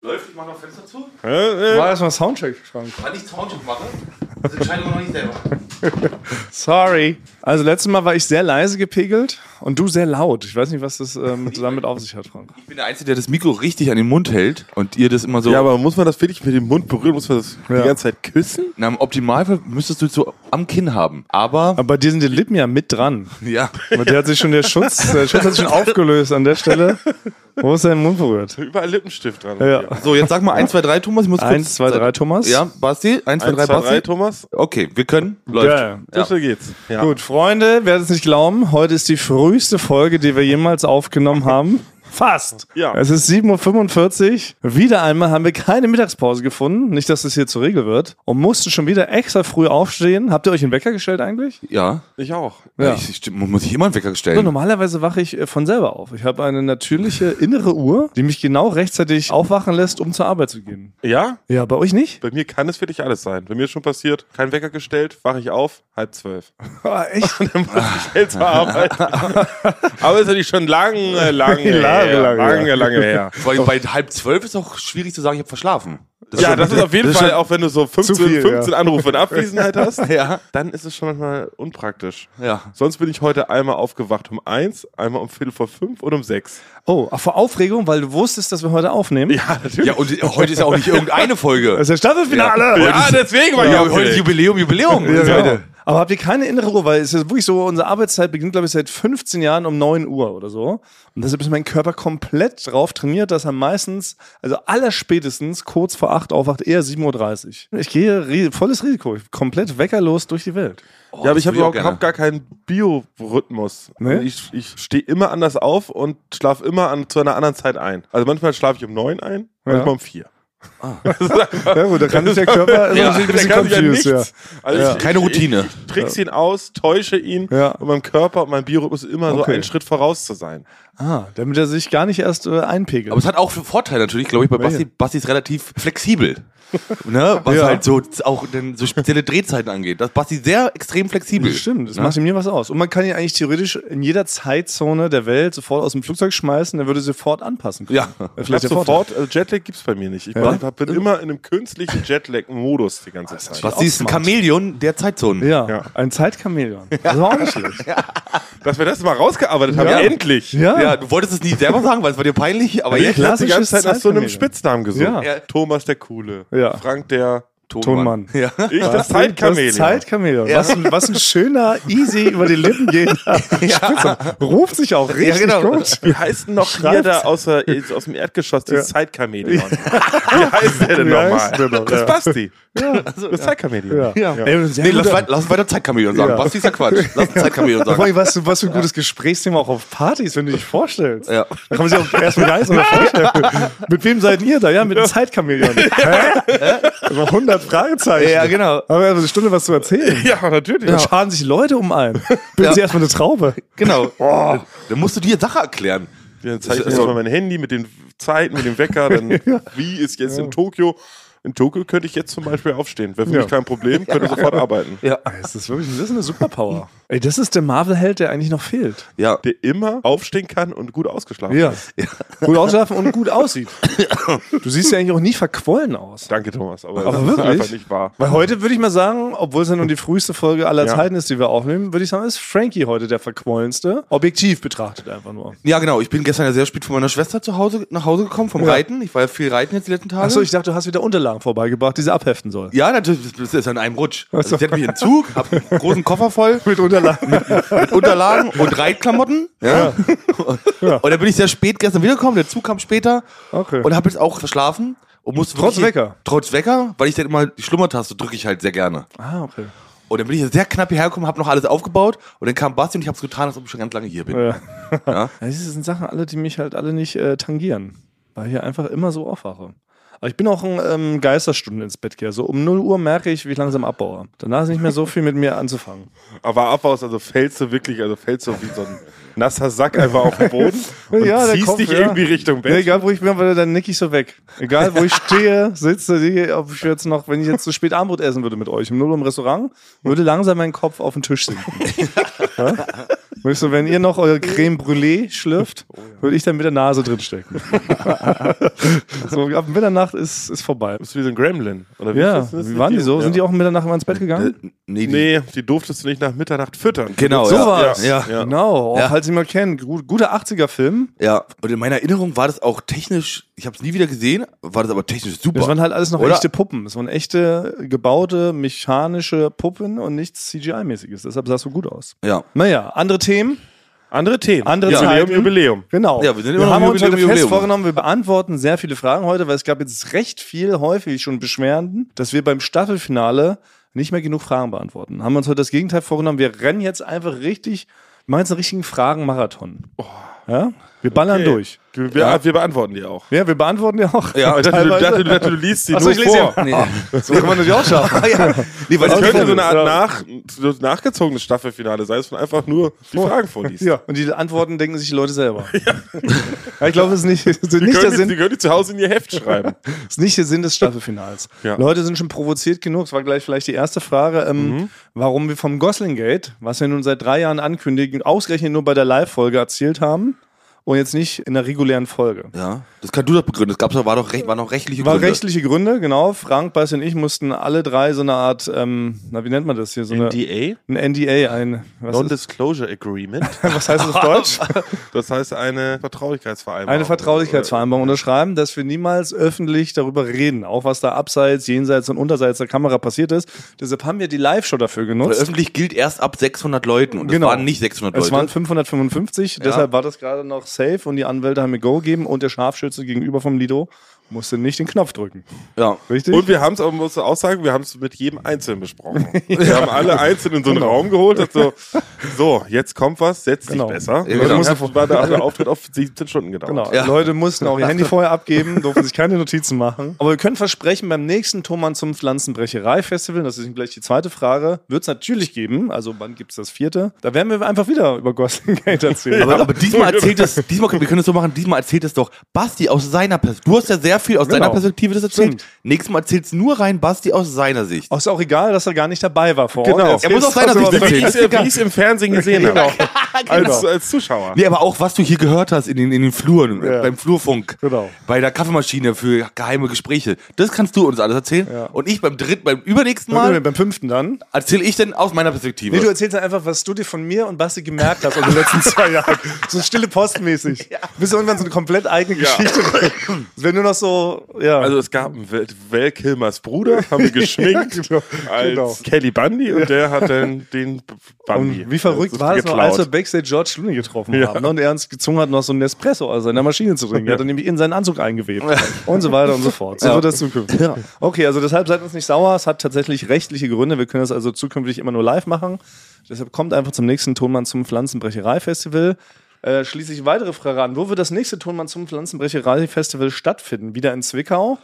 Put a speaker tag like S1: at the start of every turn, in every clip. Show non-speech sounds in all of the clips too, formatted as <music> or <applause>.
S1: Läuft, ich mache noch Fenster zu.
S2: War erstmal Soundcheck schrank.
S1: Wann ich Soundcheck mache, das entscheide ich noch nicht selber.
S2: Sorry. Also letztes Mal war ich sehr leise gepegelt und du sehr laut. Ich weiß nicht, was das <laughs> ähm, damit auf sich hat, Frank.
S1: Ich bin der Einzige, der das Mikro richtig an den Mund hält und ihr das immer so.
S3: Ja, aber muss man das wirklich mit dem Mund berühren? Muss man das
S2: Ja.
S3: die ganze Zeit küssen?
S1: Na, im Optimalfall müsstest du es so am Kinn haben. Aber,
S2: Aber bei dir sind die Lippen ja mit <laughs> dran.
S1: ja.
S2: Aber der hat sich schon der Schutz, der Schutz hat sich schon aufgelöst an der Stelle, wo es seinen Mund berührt.
S3: <laughs> Überall Lippenstift dran.
S2: Ja.
S1: So, jetzt sag mal 1, 2, 3, Thomas. Ich muss
S2: Eins, zwei, drei, Thomas.
S1: Ja, Basti. 1, 2, 3,
S3: Eins, zwei, drei,
S1: Basti.
S3: Thomas.
S1: Okay, wir können.
S2: Ja,
S1: Läuft.
S3: Ja. So geht's. Ja.
S2: Gut, Freunde, werdet es nicht glauben, heute ist die früheste Folge, die wir jemals aufgenommen haben. <laughs> Fast.
S3: Ja.
S2: Es ist 7.45 Uhr. Wieder einmal haben wir keine Mittagspause gefunden. Nicht, dass das hier zur Regel wird. Und mussten schon wieder extra früh aufstehen. Habt ihr euch einen Wecker gestellt eigentlich?
S1: Ja.
S3: Ich auch.
S2: Ja.
S1: Ich, ich, muss ich immer einen Wecker
S2: So,
S1: stellen?
S3: Genau.
S2: normalerweise wache ich äh, von selber auf. Ich habe eine natürliche innere Uhr, die mich genau rechtzeitig aufwachen lässt, um zur Arbeit zu gehen.
S3: Ja?
S2: Ja, bei euch nicht?
S3: Bei mir kann es wirklich alles sein. Bei mir ist schon passiert, kein Wecker gestellt, wache ich auf, halb zwölf.
S2: <laughs>
S3: <laughs>
S2: Ah, <laughs> echt?
S3: Schnell zur <laughs> Arbeit. Aber ist natürlich schon äh, lange, <laughs> lange, her.
S2: Lange, lange her.
S3: lange, lange <laughs> her.
S1: Weil bei halb zwölf ist auch schwierig zu sagen, ich habe verschlafen. Das
S3: Ja, das ist auf jeden
S2: Das ist
S3: Fall,
S2: schon
S3: auch wenn du so 15,
S2: viel,
S3: 15 <laughs> Anrufe in Abwesenheit hast,
S1: Ja.
S3: dann ist es schon manchmal unpraktisch.
S1: Ja.
S3: Sonst bin ich heute einmal aufgewacht um eins, einmal um Viertel vor fünf und um sechs.
S2: Oh, vor Aufregung, weil du wusstest, dass wir heute aufnehmen.
S3: Ja, natürlich.
S1: Ja, und heute ist ja auch
S3: <laughs>
S1: nicht irgendeine Folge.
S2: Das ist der Staffelfinale.
S3: Ja, deswegen war
S1: Ja,
S3: ich
S1: heute ist
S3: heute
S1: Jubiläum, Jubiläum.
S2: Ja,
S1: Das ist
S2: genau.
S1: heute.
S2: Aber habt ihr keine innere Uhr? Weil es ist wirklich so, unsere Arbeitszeit beginnt, glaube ich, seit 15 Jahren um 9 Uhr oder so. Und deshalb ist mein Körper komplett drauf trainiert, dass er meistens, also allerspätestens kurz vor 8 aufwacht, eher 7.30 Uhr. Ich gehe ri- volles Risiko, ich bin komplett weckerlos durch die Welt.
S1: Oh,
S3: Ja, aber
S1: das
S3: ich habe
S1: will auch
S3: überhaupt
S1: gerne.
S3: hab gar keinen Biorhythmus.
S2: Nee?
S3: Ich, ich stehe immer anders auf und schlafe immer an, zu einer anderen Zeit ein. Also manchmal schlafe ich um neun ein,
S2: Ja.
S3: manchmal um vier.
S2: Ja gut, da kann sich der Körper
S1: Ja,
S2: natürlich
S3: Der kann sich an nichts. Also
S2: Ja.
S3: ich,
S1: Keine Routine.
S3: Ich, ich trickse ihn aus, täusche ihn
S2: Ja.
S3: und meinem Körper und meinem Biorhythmus immer so
S2: Okay.
S3: einen Schritt voraus zu sein.
S2: Ah, damit er sich gar nicht erst äh, einpegelt.
S1: Aber es hat auch Vorteile natürlich, glaube ich, bei Basti. Basti ist relativ flexibel. <laughs> ne? Was
S2: Ja.
S1: halt so auch denn so spezielle Drehzeiten angeht. Das Basti sehr extrem flexibel.
S2: Das stimmt, das
S1: Ne?
S2: macht ihm nie was aus. Und man kann ihn eigentlich theoretisch in jeder Zeitzone der Welt sofort aus dem Flugzeug schmeißen, er würde sofort anpassen können.
S1: Ja.
S2: Das ist
S3: Ich hab
S2: vielleicht der Vorteil.
S3: sofort, also Jetlag gibt's bei mir nicht. Ich
S2: Ja?
S3: bin, bin immer in einem künstlichen Jetlag-Modus die ganze Zeit.
S1: Basti ist ein Chamäleon der Zeitzonen.
S2: Ja,
S3: Ja.
S2: ein Zeitchamäleon. Das war auch nicht schlecht.
S3: Dass wir das mal rausgearbeitet haben,
S2: Ja.
S3: endlich.
S2: Ja.
S1: Ja, du wolltest es nie selber sagen, weil es war dir peinlich, aber jetzt
S3: Ich hab die ganze
S2: Klassisches
S3: Zeit nach so einem
S2: Zeitchamäleon.
S3: Spitznamen gesucht.
S2: Ja.
S1: Ja.
S3: Thomas der Coole,
S2: Ja.
S3: Frank der Ah.
S2: Tonmann.
S1: Ja.
S3: Ich das Zeitkamel.
S2: Das Zeitchamäleon. Was, ein, was ein schöner, easy über die Lippen gehender Spitzer. Ruft sich auch richtig
S1: genau.
S2: gut.
S3: Wie heißt denn noch hier
S2: Schreibt.
S3: da außer, aus dem Erdgeschoss dieses Zeitkameleon? Wie heißt der denn
S2: Wie
S3: nochmal?
S2: heißt der noch?
S3: Das
S2: Ja.
S3: Basti.
S2: Ja.
S3: Das Zeitkameleon.
S2: Ja.
S1: Ja.
S2: Ey, sehr
S1: Nee,
S2: guter-
S1: lass, wei- lass uns weiter Zeitchamäleon sagen.
S2: Ja.
S1: Basti ist ja Quatsch.
S2: <laughs>
S1: Lass uns Zeitchamäleon
S2: Vor
S1: sagen.
S2: allem, was, was für ein gutes Gesprächsthema auch auf Partys, wenn du dich vorstellst.
S1: Ja.
S2: Da kann man sich auch erstmal gar nichts mehr vorstellen. Mit wem seid ihr da? Ja, mit dem <laughs> Zeitchamäleon. Hä? Also 100 Fragezeichen.
S1: Ja, genau.
S2: Aber wir haben eine Stunde was zu erzählen.
S3: Ja, natürlich.
S2: Dann scharen sich Leute um ein. Bilden
S1: Ja.
S2: sie erstmal eine Traube.
S1: Genau.
S2: Oh.
S1: Dann musst du dir Sache erklären.
S3: Dann zeige ich
S1: Das-
S3: mir erstmal mein Handy mit den Zeiten, mit dem Wecker. Dann, Wie ist jetzt in Tokio? In Tokio könnte ich jetzt zum Beispiel aufstehen. Wäre für
S2: Ja.
S3: mich kein Problem, könnte sofort arbeiten.
S1: Ja.
S2: Das ist wirklich das ist eine Superpower. Ey, das ist der Marvel-Held, der eigentlich noch fehlt.
S1: Ja.
S3: Der immer aufstehen kann und gut ausgeschlafen ist.
S2: Gut ausschlafen und gut aussieht. Du siehst ja eigentlich auch nie verquollen aus.
S3: Danke, Thomas. Aber,
S2: Aber
S3: das
S2: wirklich?
S3: ist einfach nicht wahr.
S2: Weil heute würde ich mal sagen, obwohl es ja nun die früheste Folge aller
S3: Ja.
S2: Zeiten ist, die wir aufnehmen, würde ich sagen, ist Frankie heute der verquollenste. Objektiv betrachtet einfach nur.
S1: Ja, genau. Ich bin gestern ja sehr spät von meiner Schwester zu Hause, nach Hause gekommen, vom Reiten. Ich war ja viel reiten jetzt die letzten Tage.
S2: Achso, ich dachte, du hast wieder Unterlagen vorbeigebracht, die sie abheften soll.
S1: ja, natürlich, das- das ist an einem Rutsch. Also ich setze mich in den Zug, hab einen großen Koffer voll
S2: Mit Unterlagen.
S1: mit Unterlagen und Reitklamotten. Ja. <laughs> Und dann bin ich sehr spät gestern wiedergekommen, der Zug kam später
S2: Okay.
S1: und habe jetzt auch verschlafen. Und musste
S2: Trotz
S1: wirklich-
S2: Wecker?
S1: Trotz Wecker, weil ich dann immer die Schlummertaste drücke ich halt sehr gerne.
S2: <laughs> ah, okay.
S1: Und dann bin ich sehr knapp hierher gekommen, habe noch alles aufgebaut und dann kam Basti und ich habe es getan, als ob ich schon ganz lange hier bin.
S2: Ja.
S1: Ja.
S2: Das sind Sachen alle, die mich halt alle nicht äh, tangieren, weil ich hier einfach immer so aufwache. Aber ich bin auch ein ähm, Geisterstunden ins Bett gehe. So um 0 Uhr merke ich, wie ich langsam abbaue. Danach ist nicht mehr so viel mit mir anzufangen.
S3: Aber Abbaus, also fällst du wirklich, also fällst du wie so ein nasser Sack einfach auf den Boden
S2: <laughs>
S3: und
S2: Ja, der
S3: ziehst
S2: Kopf,
S3: dich
S2: ja.
S3: irgendwie Richtung
S2: Ja,
S3: Bett.
S2: egal wo ich bin, weil dann nick ich so weg. Egal
S1: <laughs>
S2: wo ich stehe, sitze, liege, ob ich jetzt noch, wenn ich jetzt zu spät
S1: <laughs>
S2: Abendbrot essen würde mit euch, um 0 Uhr im Restaurant, würde langsam mein Kopf auf den Tisch sinken. Und ich so, wenn ihr noch eure Creme Brûlée schlürft,
S1: Oh,
S2: würde ich dann mit der
S1: <laughs>
S2: Nase drinstecken. so, ab Mitternacht ist, ist vorbei.
S3: Bist du wie so ein Gremlin? Oder wie
S2: Ja,
S3: ist das?
S2: wie waren die so?
S3: Ja.
S2: Sind die auch um Mitternacht immer ins Bett gegangen?
S1: Nee, die-
S3: Nee, die durftest du nicht nach Mitternacht füttern.
S1: Genau,
S2: So
S1: ja.
S2: war's.
S1: Ja. Ja.
S2: Genau, auch
S1: Ja.
S2: halt sie mal kennen. Gu- Guter 80er-Film.
S1: ja. Und in meiner Erinnerung war das auch technisch, ich habe es nie wieder gesehen, war das aber technisch super.
S2: Das waren halt alles noch
S1: Oder?
S2: echte Puppen. Das waren echte, gebaute, mechanische Puppen und nichts CGI-mäßiges. Deshalb sah es so gut aus. <laughs>
S1: ja.
S2: Naja, andere Themen.
S3: Andere Themen.
S2: Andere
S3: ja.
S2: Zeiten.
S3: Jubiläum, Jubiläum.
S2: Genau.
S1: Ja, wir sind immer noch
S2: haben
S1: im
S2: uns heute
S1: Jubiläum.
S2: fest vorgenommen, wir beantworten sehr viele Fragen heute, weil es gab jetzt recht viel häufig schon Beschwerden, dass wir beim Staffelfinale nicht mehr genug Fragen beantworten. Haben wir uns heute das Gegenteil vorgenommen. Wir rennen jetzt einfach richtig, wir machen jetzt einen richtigen Fragenmarathon.
S1: Oh.
S2: Ja? Wir ballern
S3: Okay.
S2: durch.
S3: Wir, wir, wir beantworten die auch.
S2: Ja, wir beantworten ja auch. <laughs>
S1: Ja,
S3: Ich dachte, du,
S2: Teilweise.
S3: dachte, du, dachte, du liest die
S2: Achso,
S3: nur
S2: ich lese
S3: vor.
S2: ja. So kann man das <laughs> ja auch schaffen.
S1: ja. Nee, weil das
S3: Es könnte so
S1: könnte
S3: eine Art
S2: Ja.
S3: nach, so ein nachgezogenes Staffelfinale sein, dass man einfach nur die Fragen vorliest.
S2: Ja, und die Antworten denken sich die Leute selber. Ja, ich glaube, es ist nicht, es ist
S3: Die,
S2: nicht der
S3: können, die,
S2: Sinn
S3: die können die zu Hause in ihr Heft <laughs> schreiben.
S2: Das ist nicht der Sinn des Staffelfinals.
S3: Ja.
S2: Leute sind schon provoziert genug. Es war gleich vielleicht die erste Frage, ähm, warum wir vom Goslingate, was wir nun seit drei Jahren ankündigen, ausgerechnet nur bei der Live-Folge erzielt haben und jetzt nicht in der regulären Folge.
S1: ja, das kann du doch begründen. Das gab's doch, war doch recht, war noch rechtliche
S2: War
S1: Gründe.
S2: rechtliche Gründe, genau. Frank, Basti und ich mussten alle drei so eine Art, ähm, na wie nennt man das hier, so eine,
S3: NDA?
S2: ein NDA, ein, was, ist,
S3: Non-Disclosure <laughs> Agreement.
S2: was heißt das auf Deutsch?
S3: Das heißt eine Vertraulichkeitsvereinbarung.
S2: Eine Vertraulichkeitsvereinbarung unterschreiben, dass wir niemals öffentlich darüber reden, auch was da abseits, jenseits und unterseits der Kamera passiert ist. Deshalb haben wir die Live-Show dafür
S1: Weil
S2: genutzt.
S1: öffentlich gilt erst ab 600 Leuten und
S2: Genau.
S1: es waren nicht 600 Leute.
S2: Es waren 555, deshalb war das gerade noch safe und die Anwälte haben mir Go gegeben und der Scharfschütze gegenüber vom Lido musste nicht den Knopf drrücken.
S1: ja.
S2: Richtig?
S3: Und wir haben es, aber muss ich auch sagen, wir haben es mit jedem
S2: <laughs>
S3: Einzelnen besprochen. Wir haben alle einzeln in so einen Raum geholt. und so, so, jetzt kommt was, setz dich
S2: Genau.
S3: besser.
S1: Ja,
S3: Und
S1: genau.
S3: dann hat- war der andere Auftritt auf 17 Stunden gedauert.
S2: Genau.
S1: Ja.
S2: Leute mussten auch ihr <laughs> Handy vorher abgeben, durften sich keine Notizen machen. Aber wir können versprechen, beim nächsten Thomann zum Pflanzenbrecherei-Festival, das ist gleich die zweite Frage, wird es natürlich geben. Also wann gibt es das vierte? Da werden wir einfach wieder über Gosling <laughs> Gate erzählen.
S1: Aber, aber
S2: <laughs>
S1: diesmal erzählt es, diesmal, wir können es so machen, diesmal erzählt es doch Basti aus seiner Perspektive. Du hast ja sehr viel aus
S2: Genau.
S1: seiner Perspektive das erzählt.
S2: Stimmt.
S1: Nächstes Mal erzählt es nur rein Basti aus seiner Sicht.
S2: Auch Oh, ist auch egal, dass er gar nicht dabei war vor
S3: Genau.
S2: Ort.
S1: Er muss aus seiner
S2: Also,
S1: Sicht
S3: Wie
S1: erzählen.
S3: ich
S1: Das ist egal.
S3: es im Fernsehen gesehen
S2: Genau.
S3: habe. als, als Zuschauer.
S1: Nee, aber auch was du hier gehört hast in den, in den Fluren,
S2: Ja.
S1: beim Flurfunk,
S2: Genau.
S1: bei der Kaffeemaschine für geheime Gespräche, das kannst du uns alles erzählen.
S2: Ja.
S1: Und ich beim dritten, beim übernächsten
S2: Mal.
S1: Mal
S2: Beim fünften dann.
S1: erzähle ich dann aus meiner Perspektive.
S2: Nee, du erzählst dann einfach, was du dir von mir und Basti gemerkt hast in den letzten zwei Jahren. So
S1: <laughs>
S2: stille postmäßig. Ja. Bis irgendwann so eine komplett eigene Geschichte. <laughs> Es wäre nur noch so, ja.
S3: Also es gab einen Val- Val Kilmers Bruder,
S2: <laughs>
S3: haben wir geschminkt
S2: Ja, genau.
S3: als
S2: Genau.
S3: Kelly Bundy und der hat dann den B- Bundy.
S2: Und wie verrückt
S3: das
S2: war das noch, als wir
S3: geklaut.
S2: Backstage George Clooney getroffen
S3: Ja.
S2: haben ne? und er uns gezwungen hat, noch so einen Nespresso aus seiner Maschine zu trinken. Er hat er nämlich in seinen Anzug eingewebt und so weiter und so fort. So wird das zukünftig. Okay, also deshalb seid uns nicht sauer. Es hat tatsächlich rechtliche Gründe. Wir können das also zukünftig immer nur live machen. Deshalb kommt einfach zum nächsten Tonmann zum Pflanzenbrecherei-Festival. Äh, schließe ich weitere Frage an. Wo wird das nächste Tonmann zum Pflanzenbrecherei-Festival stattfinden? Wieder in Zwickau?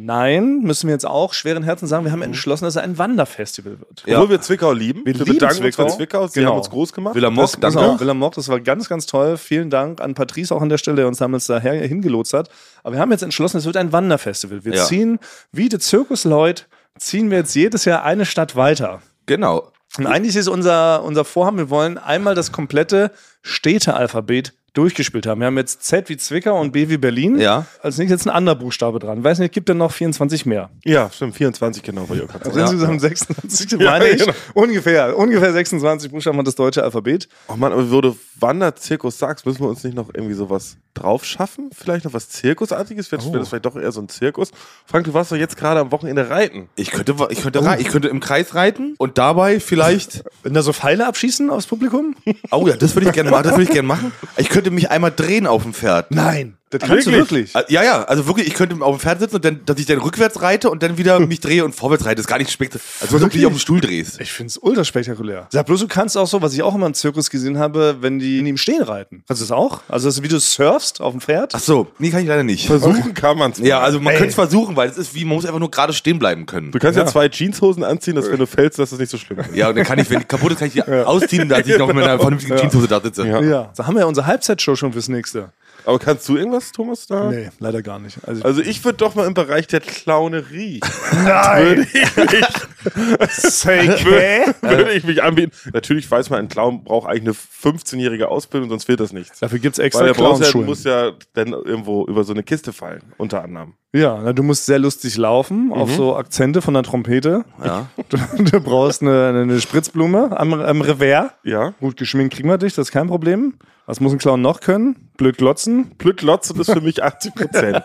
S2: Nein, müssen wir jetzt auch schweren Herzen sagen, wir haben entschlossen, dass es ein Wanderfestival wird.
S1: Ja.
S3: Obwohl wir Zwickau lieben. Wir,
S2: lieben
S3: bedanken
S2: Zwickau.
S3: uns bei Zwickau. Sie
S2: Genau.
S3: haben uns groß gemacht.
S1: Villa Mock,
S3: das,
S1: danke
S2: Genau,
S1: auch.
S2: Willem Mock, das war ganz, ganz toll. Vielen Dank an Patrice auch an der Stelle, der uns damals da her- hingelotst hat. Aber wir haben jetzt entschlossen, es wird ein Wanderfestival. Wir
S1: Ja.
S2: ziehen, wie die Zirkusleut, ziehen wir jetzt jedes Jahr eine Stadt weiter.
S1: genau.
S2: Und eigentlich ist unser, unser Vorhaben, wir wollen einmal das komplette Städtealphabet durchgespielt haben. Wir haben jetzt Z wie Zwickau und B wie Berlin.
S1: Ja.
S2: Als nächstes jetzt ein anderer Buchstabe dran. Weiß nicht, gibt denn noch 24 mehr?
S3: Ja, stimmt. 24 genau. wollte ich auch
S2: <laughs>
S3: gerade
S2: Also
S3: sagen.
S2: insgesamt 26, meine ich.
S3: genau.
S2: Ungefähr, ungefähr 26 Buchstaben hat das deutsche Alphabet.
S3: Oh Mann, aber würde Wanderzirkus sagst, müssen wir uns nicht noch irgendwie sowas drauf schaffen? Vielleicht noch was Zirkusartiges? Vielleicht wäre das vielleicht doch eher so ein Zirkus. Frank, du warst doch jetzt gerade am Wochenende reiten.
S1: Ich könnte, ich,
S3: Oh.
S1: könnte, rei- ich könnte im Kreis reiten und dabei vielleicht.
S2: Wenn da so Pfeile abschießen aufs Publikum?
S1: Oh ja, das würde ich gerne machen. Das würde ich gerne machen. Ich könnte mich einmal drehen auf dem Pferd.
S2: <laughs> Nein, das
S3: kannst du wirklich?
S1: Ah, Ja, ja, also wirklich, ich könnte auf dem Pferd sitzen und dann, dass ich dann rückwärts reite und dann wieder mich drehe und vorwärts reite. Das ist gar nicht spektakulär. Also wenn du dich auf dem Stuhl drehst.
S2: Ich finde es ultra spektakulär. Sag bloß, du kannst auch so, was ich auch immer im Zirkus gesehen habe, wenn die in ihm stehen reiten. Kannst du das auch? Also, dass du, wie du surfst auf dem Pferd?
S1: Ach so, nee, kann ich leider nicht.
S3: Versuchen kann man's.
S1: Ja, also man könnte es versuchen, weil es ist wie, man muss einfach nur gerade stehen bleiben können.
S3: Du kannst ja, zwei Jeanshosen anziehen, dass wenn du fällst, dass das nicht so schlimm
S1: <laughs>
S3: ist.
S1: Ja, und dann kann ich, wenn die kaputt ist, kann ich die ausziehen, dass ich noch mit einer vernünftigen Jeanshose da sitze.
S3: Ja.
S2: ja. Da haben wir ja unsere Halbzeitshow schon fürs nächste.
S3: Aber kannst du irgendwas, Thomas, da?
S2: Nee, leider gar nicht. Also,
S3: Also ich würde doch mal im Bereich der Clownerie.
S2: <laughs> nein!
S3: Würde ich
S2: Seike?
S3: Würde ich mich anbieten. Natürlich weiß man, ein Clown braucht eigentlich eine 15-jährige Ausbildung, sonst fehlt das nichts.
S2: Dafür gibt's
S3: Weil
S2: extra
S3: der braucht ja, muss
S2: Clownschulen.
S3: ja dann irgendwo über so eine Kiste fallen, unter anderem.
S2: Ja, na, du musst sehr lustig laufen auf so Akzente von der Trompete.
S1: Ja.
S2: <laughs> Du, du brauchst eine, eine Spritzblume am, am Revers.
S3: Ja.
S2: Gut geschminkt kriegen wir dich, das ist kein Problem. Was muss ein Clown noch können? Blöd glotzen.
S3: Blöd Lotze ist für mich
S2: <laughs>
S3: 80 Prozent.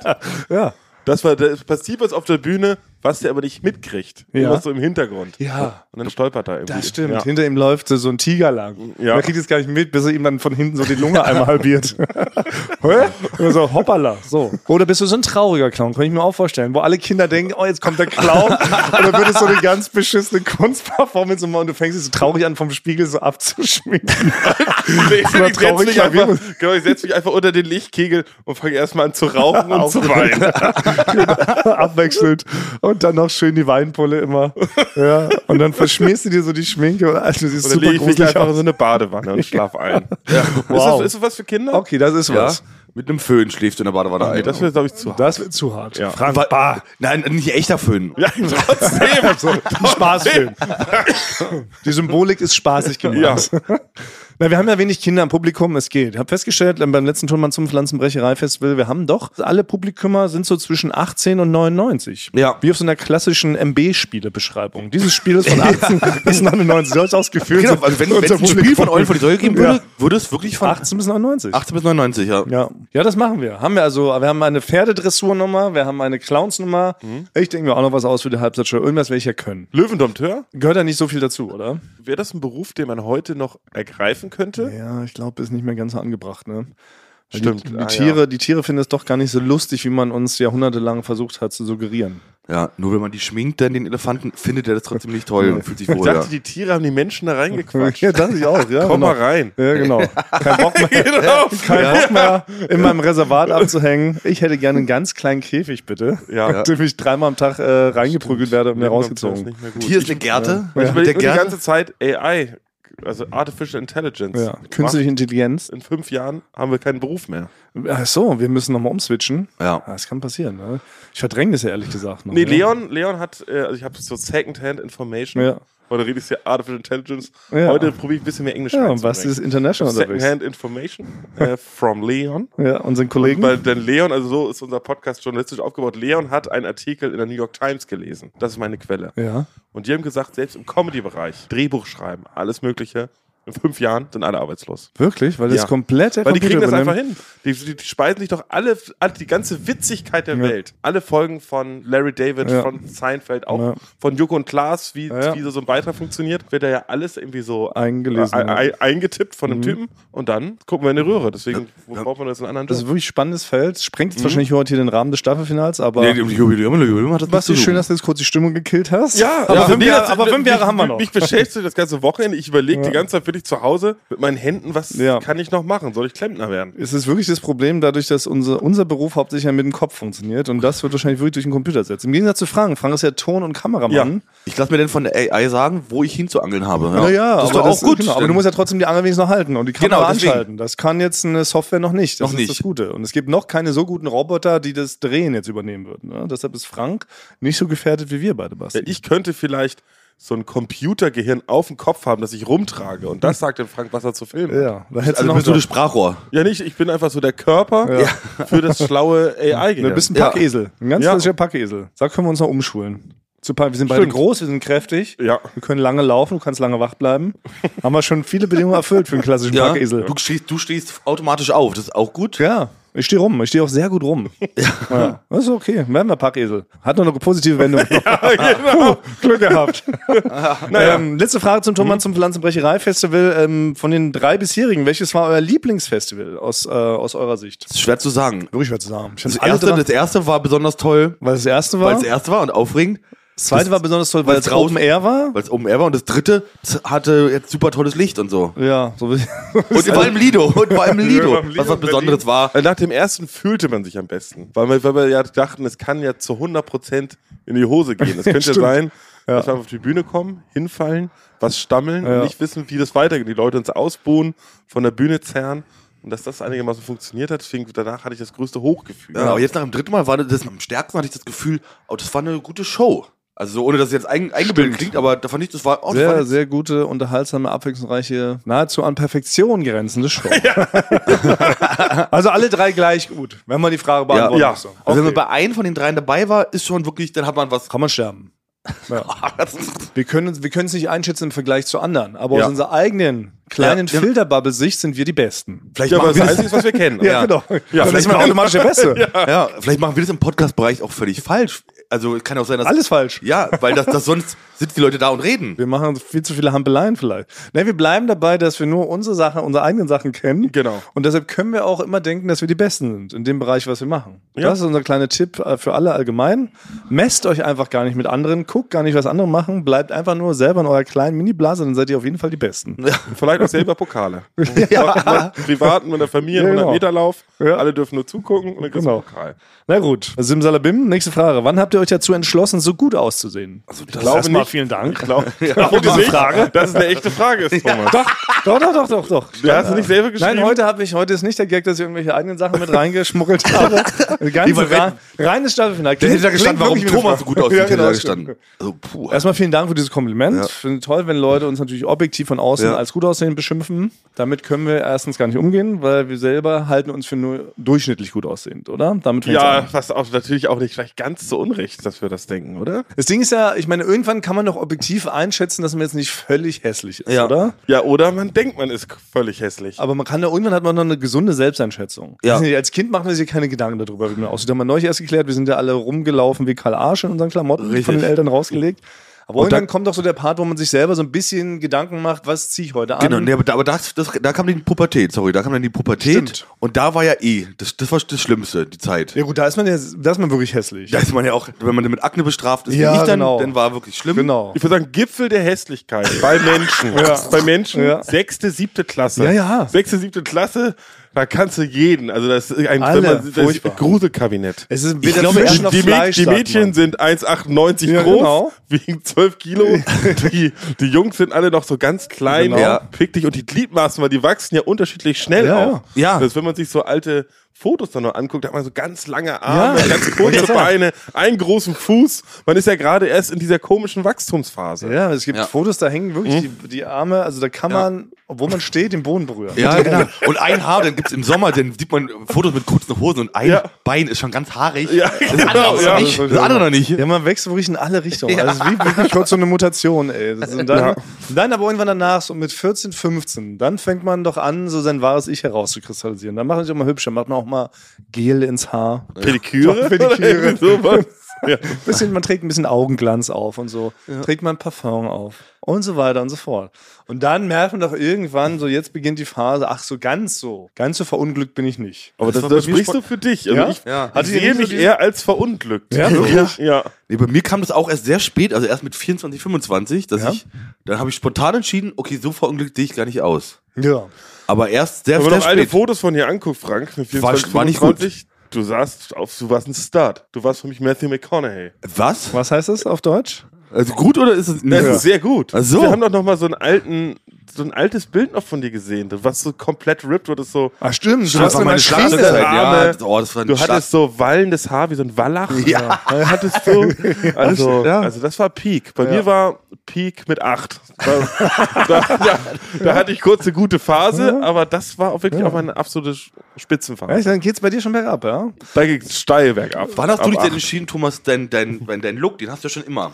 S2: Ja.
S3: Das war das passiert was auf der Bühne, was der aber nicht mitkriegt.
S2: Ja.
S3: Irgendwas so im Hintergrund.
S2: Ja.
S3: Und dann stolpert er irgendwie.
S2: Das stimmt.
S3: Ja.
S2: Hinter ihm läuft so ein Tiger lang.
S3: Ja.
S2: Man kriegt es gar nicht mit, bis er ihm dann von hinten so die Lunge einmal <laughs> halbiert. Hä? Und so, hoppala. So. Oder bist du so ein trauriger Clown, kann ich mir auch vorstellen, wo alle Kinder denken, oh, jetzt kommt der Clown. <laughs> und dann wird es so eine ganz beschissene Kunstperformance und du fängst dich so traurig an, vom Spiegel so abzuschminken. <laughs>
S3: Nee, <laughs> ich
S2: war
S3: setz
S2: traurig,
S3: mich
S2: Klavier.
S3: einfach, genau, ich setze mich einfach unter den Lichtkegel und fange erstmal an zu rauchen und zu
S2: <laughs>
S3: weinen.
S2: abwechselnd und dann noch schön die Weinpulle immer. Ja. Und dann verschmierst du dir so die Schminke. Also, das ist
S3: Dann
S2: super
S3: lege ich mich
S2: gruselig
S3: einfach in
S2: aus.
S3: so eine Badewanne und schlaf
S2: <laughs>
S3: ein. Ja. Ist,
S2: Wow.
S3: das, ist das was für Kinder?
S2: Okay, das ist
S1: Ja.
S2: was.
S1: Mit einem Föhn schläfst du in der Badewanne
S3: Oh,
S1: ein.
S3: Nee,
S2: genau.
S3: das Ah. wäre, glaube ich, zu hart.
S2: Das wird zu hart. Frank,
S1: Wa-
S2: bah.
S1: Nein, nicht echter Föhn. <laughs>
S3: Ja, trotzdem.
S2: Ein Spaßfilm. <laughs> Die Symbolik ist spaßig gemacht. Na, wir haben ja wenig Kinder im Publikum, es geht. Ich habe festgestellt, beim letzten Turnmann zum Pflanzenbrecherei-Festival, wir haben doch, alle Publikummer sind so zwischen 18 und 99.
S1: Ja.
S2: Wie auf so einer klassischen MB-Spielebeschreibung. Dieses
S1: <laughs>
S2: Spiel ist von 18 bis 99. So ist auch das Gefühl.
S1: Genau,
S2: so
S1: also wenn wenn
S2: unser
S1: es ein Spiel von
S2: Publikum-
S1: Eulen vor die Säule geben würde,
S2: Ja.
S1: würde es wirklich von
S2: 18 bis 99.
S1: 18 bis 99, ja.
S2: Ja. ja, das machen wir. Haben wir also, wir haben eine Pferdedressurnummer, wir haben eine Clownsnummer. Ich denke mir auch noch was aus für die Halbzeitshow. Irgendwas werde ich ja können.
S3: Löwendompteur?
S2: Gehört da nicht so viel dazu, oder?
S3: Wäre das ein Beruf, den man heute noch ergreifen könnte?
S2: Ja, ich glaube, ist nicht mehr ganz so angebracht, ne? Weil
S3: Stimmt.
S2: Die, die,
S3: Ah, ja.
S2: Tiere, die Tiere finden es doch gar nicht so lustig, wie man uns jahrhundertelang versucht hat zu suggerieren.
S1: Ja, nur wenn man die schminkt, dann den Elefanten, findet er das trotzdem nicht toll und fühlt sich
S3: Ich
S1: wohl. Oh Ja.
S3: dachte, die Tiere haben die
S2: <laughs>
S3: Menschen da reingequatscht.
S2: das ich auch, ja.
S3: Komm mal
S2: genau.
S3: rein.
S2: Ja, genau. Kein Bock <laughs> mehr,
S3: Genau.
S2: kein Bock mehr in meinem Reservat abzuhängen. Ich hätte gerne einen ganz kleinen Käfig, bitte.
S3: Ja.
S2: in <laughs> dem ich dreimal am Tag äh, reingeprügelt werde und mir
S3: Löwendompteur
S2: rausgezogen.
S3: ist nicht mehr gut.
S1: Hier ist eine Gerte.
S3: Ich
S1: Mit der
S3: überlege die
S1: Gerte.
S3: ganze Zeit AI, also Artificial Intelligence.
S2: Ja. Künstliche Intelligenz.
S3: In fünf Jahren haben wir keinen Beruf mehr.
S2: Ach so, wir müssen nochmal umswitchen.
S1: Ja.
S2: Ah, Das kann passieren. Ne? Ich verdränge das ja ehrlich gesagt noch.
S3: Nee,
S2: ne?
S3: Leon, Leon hat, äh, also ich habe so Second-Hand Information.
S2: Ja.
S3: Heute rede ich ja Artificial Intelligence.
S2: Ja.
S3: Heute probiere ich ein bisschen mehr Englisch
S2: Ja, und
S3: reinzubringen.
S2: was ist international unterwegs?
S3: Second-Hand Information äh, from Leon.
S2: Ja, unseren Kollegen.
S3: Weil denn Leon, also so ist unser Podcast journalistisch aufgebaut. Leon hat einen Artikel in der New York Times gelesen. Das ist meine Quelle.
S2: ja.
S3: Und die haben gesagt, selbst im Comedy-Bereich, Drehbuch schreiben, alles Mögliche, in fünf Jahren sind alle arbeitslos.
S2: Wirklich? Weil das
S3: Ja.
S2: komplett der
S3: Weil die kriegen
S2: Computer
S3: das einfach
S2: übernimmt?
S3: hin. Die, die, die speisen sich doch alle, alle, die ganze Witzigkeit der
S2: Ja.
S3: Welt. Alle Folgen von Larry David,
S2: Ja.
S3: von Seinfeld, auch
S2: Ja.
S3: von Joko und Klaas, wie,
S2: Ja, ja.
S3: wie so so ein Beitrag funktioniert, wird da ja alles irgendwie so
S2: Eingelesen,
S3: äh,
S2: ja.
S3: ei-
S2: Mhm.
S3: ei- eingetippt von einem Typen und dann gucken wir in die Röhre. Deswegen
S1: Ja.
S3: braucht man das in anderen
S2: Das ist
S3: Job.
S2: wirklich ein spannendes Feld. Sprengt jetzt wahrscheinlich heute hier den Rahmen des Staffelfinals, aber
S1: Nee, die- die Jubiläum, die Jubiläum hat das
S2: Basti,
S1: nicht zu
S2: schön,
S1: suchen.
S2: dass du jetzt kurz die Stimmung gekillt hast.
S3: Ja,
S2: aber,
S3: also
S2: fünf,
S3: nee,
S2: Jahre,
S3: das-
S2: aber fünf Jahre haben wir noch.
S3: Mich beschäftigt das ganze Wochenende. Ich überlege die ganze Zeit, will ich zu Hause mit meinen Händen, was
S2: Ja.
S3: kann ich noch machen? Soll ich Klempner werden?
S2: Es ist wirklich das Problem, dadurch, dass unser, unser Beruf hauptsächlich ja mit dem Kopf funktioniert und das wird wahrscheinlich wirklich durch den Computer ersetzt. Im Gegensatz zu Frank. Frank ist ja Ton- und Kameramann.
S1: Ich lasse mir denn von der AI sagen, wo ich hinzuangeln habe. Ja.
S2: Naja,
S1: das ist doch
S2: aber
S1: auch gut.
S2: Genau, aber
S1: Dann-
S2: du musst ja trotzdem die Angel wenigstens noch halten und die Kamera
S1: Genau, deswegen.
S2: anschalten. Das kann jetzt eine Software noch nicht. Das
S1: Noch
S2: ist
S1: nicht.
S2: das Gute. Und es gibt noch keine so guten Roboter, die das Drehen jetzt übernehmen würden. Ne? Deshalb ist Frank nicht so gefährdet wie wir beide, Basti.
S3: Ja, ich könnte vielleicht so ein Computergehirn auf dem Kopf haben, das ich rumtrage. Und das sagt dem Frank, was er zu filmen hat.
S2: ja, da hättest
S1: also
S2: du
S1: bist du
S2: noch
S1: das Sprachrohr.
S3: Ja, nicht, ich bin einfach so der Körper <laughs> für das schlaue AI-Gehirn.
S2: Du bist
S3: <laughs>
S2: ein
S1: Ja.
S2: Packesel. Ein ganz
S3: Ja.
S2: klassischer Packesel. Da können wir uns noch umschulen. Zu pa- Wir sind beide
S3: Stimmt.
S2: groß, wir sind kräftig.
S3: Ja.
S2: Wir können lange laufen, du kannst lange
S1: <laughs>
S2: wach bleiben. Haben wir schon viele Bedingungen erfüllt für einen klassischen
S1: Ja.
S2: Packesel.
S1: Du, stehst, du stehst automatisch auf, das ist auch gut.
S2: Ja, ich stehe rum. Ich stehe auch sehr gut rum. Ja. Das ist okay. Werden wir Packesel. Hat noch eine positive Wendung.
S1: <laughs>
S3: genau.
S2: <laughs> Puh, Glück gehabt.
S3: Naja.
S2: ähm, letzte Frage zum Thomann zum Pflanzenbrecherei-Festival. Ähm, von den drei bisherigen, welches war euer Lieblingsfestival aus, äh, aus eurer Sicht?
S1: Das ist schwer zu sagen.
S2: Wirklich schwer zu sagen. Ich
S1: Das
S2: fand's alle
S1: erste,
S2: drei-
S1: das erste war besonders toll,
S2: weil das erste war.
S1: weil es das erste war und aufregend,
S2: das zweite war besonders toll, weil
S1: weil
S2: es
S1: draußen-
S2: Open Air war.
S1: weil es oben air war und das dritte hatte jetzt super tolles Licht und so.
S2: Ja, <laughs> so Also
S1: Und vor allem Lido, und vor <laughs> allem Lido,
S3: Lido
S1: was was
S3: in
S1: Besonderes
S3: Berlin.
S1: war.
S3: Äh, Nach dem ersten fühlte man sich am besten, weil wir, weil wir ja dachten, es kann ja zu 100% in die Hose gehen. Es könnte
S2: Stimmt.
S3: sein, dass wir auf die Bühne kommen, hinfallen, was stammeln
S2: Ja.
S3: und nicht wissen, wie das weitergeht. Die Leute uns ausbuhen, von der Bühne zerren und dass das einigermaßen funktioniert hat. Deswegen danach
S1: Genau,
S3: hatte ich das größte Hochgefühl.
S1: Ja, aber jetzt nach dem dritten Mal war das am stärksten, hatte ich das Gefühl, oh, das war eine gute Show. Also so, ohne dass es jetzt ein, eingebildet klingt, aber da fand ich, das war auch das war
S2: Sehr,
S1: jetzt-
S2: sehr gute, unterhaltsame, abwechslungsreiche, nahezu an Perfektion grenzende <laughs> Show. <laughs> also alle drei gleich gut, wenn man die Frage beantworten
S3: ja.
S2: muss.
S1: Also wenn
S2: Okay.
S1: man bei einem von den dreien dabei war, ist schon wirklich, dann hat man was.
S2: Kann man sterben. Wir können es wir können es nicht einschätzen im Vergleich zu anderen, aber
S1: Ja.
S2: aus unserer eigenen kleinen
S1: Ja, ja.
S2: Filterbubble-Sicht sind wir die Besten.
S1: <laughs> Vielleicht
S3: Ja, aber
S1: machen
S3: das
S1: wir
S3: ist
S1: das,
S3: das Einzige, was wir kennen.
S1: Ja.
S2: genau. Ja, Dann
S1: vielleicht
S2: ist man
S1: auch-
S2: automatisch der Beste.
S1: <laughs> ja, vielleicht machen wir das im Podcast-Bereich auch völlig falsch. Also es kann auch sein, dass
S2: Alles falsch.
S1: ja, weil das, das sonst sitzen die Leute da und reden.
S2: Wir machen viel zu viele Hampeleien vielleicht. Ne, wir bleiben dabei, dass wir nur unsere Sachen, unsere eigenen Sachen kennen.
S3: Genau.
S2: Und deshalb können wir auch immer denken, dass wir die Besten sind in dem Bereich, was wir machen.
S3: Ja.
S2: Das ist unser kleiner Tipp äh, für alle allgemein. Messt euch einfach gar nicht mit anderen, guckt gar nicht, was andere machen, bleibt einfach nur selber in eurer kleinen Mini-Blase, dann seid ihr auf jeden Fall die Besten.
S3: Vielleicht auch selber Pokale.
S2: Ja.
S3: Privaten mit der Familie,
S2: Ja, genau.
S3: 100 Meter Lauf.
S2: Ja.
S3: Alle dürfen nur zugucken und dann kriegst du
S2: Genau.
S3: Pokal.
S2: Na gut, Simsalabim, nächste Frage. Wann habt ihr euch dazu entschlossen, so
S1: <laughs>
S2: gut auszusehen? Also,
S3: Ich glaube nicht.
S2: vielen Dank.
S3: Ich <laughs> glaube,
S2: diese Frage.
S3: dass es eine echte Frage ist, Thomas.
S2: Doch, doch, doch, doch, doch, doch.
S3: Du hast es nicht selber geschrieben.
S2: Nein, heute habe ich, heute ist nicht der Gag, dass ich irgendwelche eigenen Sachen mit reingeschmuggelt <laughs> habe. Ganz
S1: Lieber
S2: rein, reines Staffelfinale.
S1: Da
S2: Klingt-
S1: hätte da gestanden,
S2: klingt
S1: warum
S2: wirklich wie eine
S1: Thomas so
S2: Frage.
S1: gut aussieht,
S2: Ja,
S1: hätte
S2: genau,
S1: da
S2: stimmt.
S1: gestanden. Also, puh.
S2: Erstmal vielen Dank für dieses Kompliment. Finde toll, wenn Leute uns natürlich objektiv von außen
S1: Ja.
S2: als gut aussehen beschimpfen. Damit können wir erstens gar nicht umgehen, weil wir selber halten uns für nur durchschnittlich gut aussehend, oder? Damit fängt's
S3: Ja,
S2: an.
S3: was auch natürlich auch nicht vielleicht ganz zu Unrecht, dass wir das denken, oder?
S2: Das Ding ist ja, ich meine, irgendwann kann man doch objektiv einschätzen, dass man jetzt nicht völlig hässlich ist,
S1: Ja.
S2: oder?
S3: Ja, oder man denkt, man ist völlig hässlich.
S2: Aber man kann da irgendwann hat man noch eine gesunde Selbsteinschätzung.
S1: Ja.
S2: Weiß Nicht, als Kind macht man sich keine Gedanken darüber, wie man aussieht. Haben wir neulich erst geklärt, wir sind ja alle rumgelaufen wie Karl Arsch in unseren Klamotten von den Eltern rausgelegt. Aber
S1: Und
S2: irgendwann
S1: da-
S2: kommt doch so der Part, wo man sich selber so ein bisschen Gedanken macht, was ziehe ich heute an?
S1: Genau, nee, aber, da- aber das, das, da kam die Pubertät, sorry, da kam dann die Pubertät
S2: Stimmt.
S1: und da war ja eh, das, das war das Schlimmste, die Zeit.
S2: Ja gut, da ist man ja, da ist man wirklich hässlich.
S1: Da ist man ja auch, wenn man mit Akne bestraft ist,
S2: Ja,
S1: nicht dann,
S2: genau.
S1: dann war wirklich schlimm.
S2: genau.
S3: Ich würde sagen, Gipfel der Hässlichkeit <laughs> bei Menschen. Bei Menschen,
S2: Ja.
S3: sechste, siebte Klasse.
S2: Ja, ja.
S3: Sechste, siebte Klasse, da kannst du jeden. Also das ist ein,
S2: Alle,
S3: das ist
S2: furchtbar.
S3: ein Gruselkabinett.
S2: Es ist
S1: Ich glaube,
S2: Fisch
S1: erst
S3: Die, die, Mäd- die
S2: sagt
S3: Mädchen
S2: man.
S3: sind 1,98
S2: Ja,
S3: groß,
S2: genau.
S3: wiegen 12 Kilo. Die, die Jungs sind alle noch so ganz klein,
S2: Genau.
S3: ja. pick dich. Und die Gliedmaßen, weil die wachsen ja unterschiedlich schnell
S2: Ja,
S3: auch.
S1: ja. Ja.
S3: Das, wenn man sich so alte Fotos dann noch anguckt, da hat man so ganz lange Arme,
S2: Ja.
S3: ganz kurze Beine, einen großen Fuß. Man ist ja gerade erst in dieser komischen Wachstumsphase.
S2: Ja, es gibt
S1: Ja. Mhm.
S2: Fotos, da hängen wirklich die, die Arme, also da kann man, obwohl man steht, den Boden berühren.
S1: Ja, genau. Und ein Haar, dann gibt's im Sommer, dann sieht man Fotos mit kurzen Hosen und ein
S3: Ja.
S1: Bein ist schon ganz haarig.
S3: Ja,
S1: das andere
S3: genau,
S1: noch
S3: ja.
S1: nicht. Das andere noch nicht.
S2: Ja, man wächst wirklich in alle Richtungen. Also es ist wie wirklich kurz so eine Mutation, ey. Das ist, und dann, dann aber irgendwann danach, so mit 14, 15, dann fängt man doch an, so sein wahres Ich herauszukristallisieren. Dann macht man sich auch mal hübscher, macht man auch mal Gel ins Haar.
S3: Pediküre?
S2: Pediküre.
S3: Irgendwie sowas. ja.
S2: Bisschen, man trägt ein bisschen Augenglanz auf und so, trägt man Parfum auf und so weiter und so fort. Und dann merkt man doch irgendwann, so jetzt beginnt die Phase, ach so ganz so, ganz so verunglückt bin ich nicht.
S3: Aber das,
S1: war
S3: das,
S1: bei mir
S3: sprichst du für dich. Also
S2: Ja?
S3: Ich,
S1: Ja.
S3: ich
S2: Hattet ihr
S3: sehe
S2: nicht so
S3: mich
S2: diesen-
S3: eher als verunglückt.
S2: Ja, so?
S3: ja. ja.
S1: Nee, bei mir kam das auch erst sehr spät, also erst mit 24, 25, dass
S2: Ja.
S1: ich, dann habe ich spontan entschieden, okay, so verunglückt sehe ich gar nicht aus.
S2: Ja.
S1: Aber erst sehr,
S3: Wenn man
S1: sehr
S3: noch alte
S1: spät.
S3: Fotos von dir anguckt, Frank, mit
S1: War-
S3: 24,
S1: war nicht gut.
S3: 25, du sahst auf, du warst ein Start. Du warst für mich Matthew McConaughey.
S1: Was?
S2: Was heißt das auf Deutsch?
S1: Also gut oder ist es? Nee,
S3: Das ist sehr gut.
S1: Ach so.
S3: Wir haben doch noch mal so einen alten, so ein altes Bild noch von dir gesehen. Du warst so komplett ripped, du hattest so,
S2: Ah, stimmt,
S1: das war meine
S2: Maschine.
S1: Schlagzeit. Ja,
S3: Arme.
S1: das, oh, das war ein
S3: du hattest so wallendes Haar wie so ein Wallach.
S1: Ja.
S3: Du hattest so,
S1: <laughs>
S3: also,
S1: Ja.
S3: also das war Peak. Bei mir war Peak mit acht. Da, da, da, da hatte ich kurz eine gute Phase, aber das war auch wirklich auch eine absolute Spitzenphase.
S2: Echt, dann geht's bei dir schon bergab, ja?
S3: Da ging es steil bergab.
S1: Wann hast
S3: Ab
S1: du dich
S3: acht.
S1: denn entschieden, Thomas, dein, dein, dein, dein Look, den hast du ja schon immer.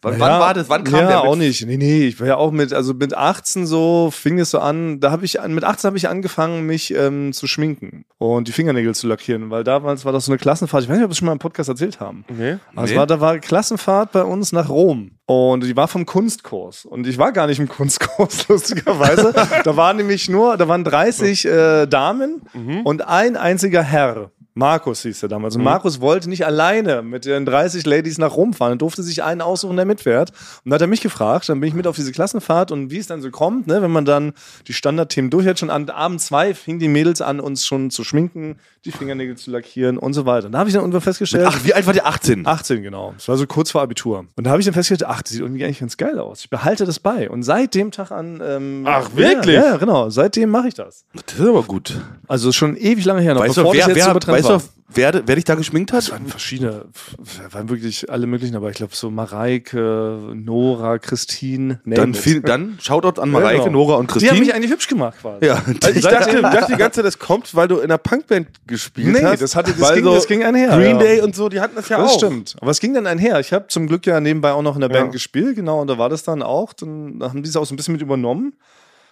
S1: Wann,
S2: Ja,
S1: wann war das? Wann kam
S2: ja,
S1: der? mit-
S2: auch nicht. Nee, nee, ich war ja auch mit, also mit 18 so fing es so an, da habe ich, an- mit 18 habe ich angefangen, mich ähm, zu schminken und die Fingernägel zu lackieren, weil damals war das so eine Klassenfahrt, ich weiß nicht, ob wir es schon mal im Podcast erzählt haben. Aber
S3: Nee.
S2: es
S1: Nee.
S2: Also war, da war Klassenfahrt bei uns nach Rom und die war vom Kunstkurs und ich war gar nicht im Kunstkurs, <laughs> lustigerweise. da waren nämlich nur, da waren 30 äh, Damen
S1: Mhm.
S2: und ein einziger Herr. Markus hieß er damals. Und Markus wollte nicht alleine mit den 30 Ladies nach Rom fahren und durfte sich einen aussuchen, der mitfährt. Und dann hat er mich gefragt, dann bin ich mit auf diese Klassenfahrt und wie es dann so kommt, ne, wenn man dann die Standardthemen durch hat, schon an Abend zwei fingen die Mädels an, uns schon zu schminken, die Fingernägel zu lackieren und so weiter. Und da habe ich dann irgendwann festgestellt,
S1: Ach, wie alt war der? Ah, 18.
S2: 18, genau. Das war so kurz vor Abitur. Und da habe ich dann festgestellt, ach, das sieht irgendwie eigentlich ganz geil aus. Ich behalte das bei. Und seit dem Tag an. Ähm,
S3: Ach, wirklich?
S2: Ja, ja genau. Seitdem mache ich das.
S1: Das ist aber gut.
S2: Also schon ewig lange her noch.
S1: Weißt du,
S2: das
S1: wer,
S2: jetzt
S1: wer,
S2: so übertrennt
S1: weißt Christoph, wer, wer dich da geschminkt hat?
S2: waren verschiedene, f- waren wirklich alle möglichen, aber ich glaube so Mareike, Nora, Christine, name
S1: Dann,
S2: it.
S1: viel, dann Shoutout an
S2: Ja,
S1: Mareike,
S2: genau.
S1: Nora und
S2: Die haben mich
S1: Christine.
S2: eigentlich hübsch gemacht quasi.
S1: Ja,
S3: Also ich
S2: Seit-
S3: dachte, ich dachte die ganze Zeit, das kommt, weil du in einer Punkband gespielt
S2: Nee,
S3: hast.
S2: das hatte- das
S3: weil
S2: ging- das ging einher,
S3: Green
S2: ja.
S3: Day und so, die hatten das ja
S2: Das
S3: auch.
S2: stimmt. Aber es ging dann einher. Ich habe zum Glück ja nebenbei auch noch in der
S3: Ja.
S2: Band gespielt, genau, und da war das dann auch. Dann haben die es auch so ein bisschen mit übernommen.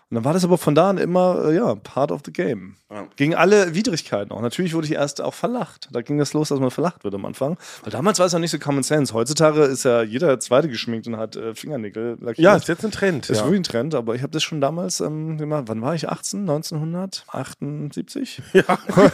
S2: Und dann war das aber von da an immer, äh, ja, part of the game. Gegen alle Widrigkeiten auch. Natürlich wurde ich erst auch verlacht. Da ging das los, dass man verlacht wird am Anfang. Weil damals war es noch nicht so Common Sense. Heutzutage ist ja jeder Zweite geschminkt und hat äh, Fingernägel lackiert.
S3: Ja, ist jetzt ein Trend.
S2: Ist
S3: ja.
S2: wirklich ein Trend, aber ich habe das schon damals ähm, gemacht. Wann war ich? 18? 1978?
S3: Ja.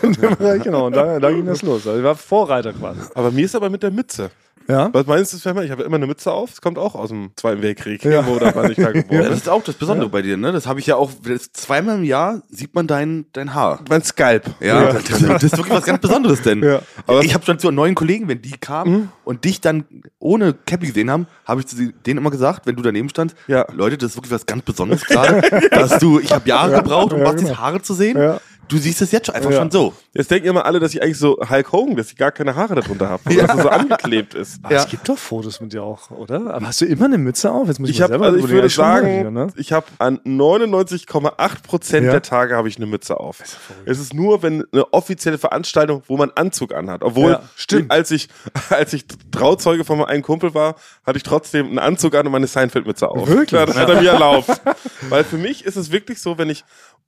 S2: In dem Bereich, genau, <laughs> und da, da ging das los. Also ich war Vorreiter quasi.
S3: Aber mir ist aber mit der Mütze.
S2: Ja.
S3: Was meinst du, Sven? Ich habe immer eine Mütze auf. Das kommt auch aus dem Zweiten Weltkrieg,
S2: Ja.
S3: wo da war ich
S2: <laughs>
S3: da
S1: Ja,
S3: geboren.
S1: das
S3: ist.
S1: ist auch das Besondere bei dir, ne? Das habe ich ja auch. Das, zweimal im Jahr sieht man dein, dein Haar.
S3: Mein Skalp.
S1: Ja, Das, das ist wirklich was ganz Besonderes denn.
S2: Ja.
S1: Aber Hm? ich habe schon zu neuen Kollegen, wenn die kamen und dich dann ohne Cappy gesehen haben, habe ich zu sie- denen immer gesagt, wenn du daneben standst,
S3: Ja.
S1: Leute, das ist wirklich was ganz Besonderes <laughs> gerade, dass du, ich habe Jahre gebraucht, um
S2: ja,
S1: Bastis
S2: genau.
S1: Haare zu sehen.
S2: Ja.
S1: Du siehst es jetzt schon einfach
S2: Ja.
S1: schon so.
S3: Jetzt denken immer alle, dass ich eigentlich so Hulk Hogan, dass ich gar keine Haare darunter
S2: <laughs>
S3: habe, weil das so angeklebt ist.
S2: Ah, Es gibt doch Fotos mit dir auch, oder? Aber hast du immer eine Mütze auf? Jetzt muss ich,
S3: Ich,
S2: mal
S3: hab,
S2: selber
S3: also ich
S2: überlegen.
S3: würde
S2: Schon mal
S3: sagen,
S2: wieder, ne?
S3: ich habe an 99,8 Prozent
S2: Ja.
S3: der Tage habe ich eine Mütze auf. es ist nur, wenn eine offizielle Veranstaltung, wo man Anzug anhat. Obwohl,
S2: Ja, stimmt.
S3: als ich <laughs> als ich Trauzeuge von meinem einen Kumpel war, hatte ich trotzdem einen Anzug an und meine Seinfeld-Mütze auf.
S2: Wirklich?
S3: Ja, das hat er mir erlaubt. <laughs> Weil für mich ist es wirklich so, wenn ich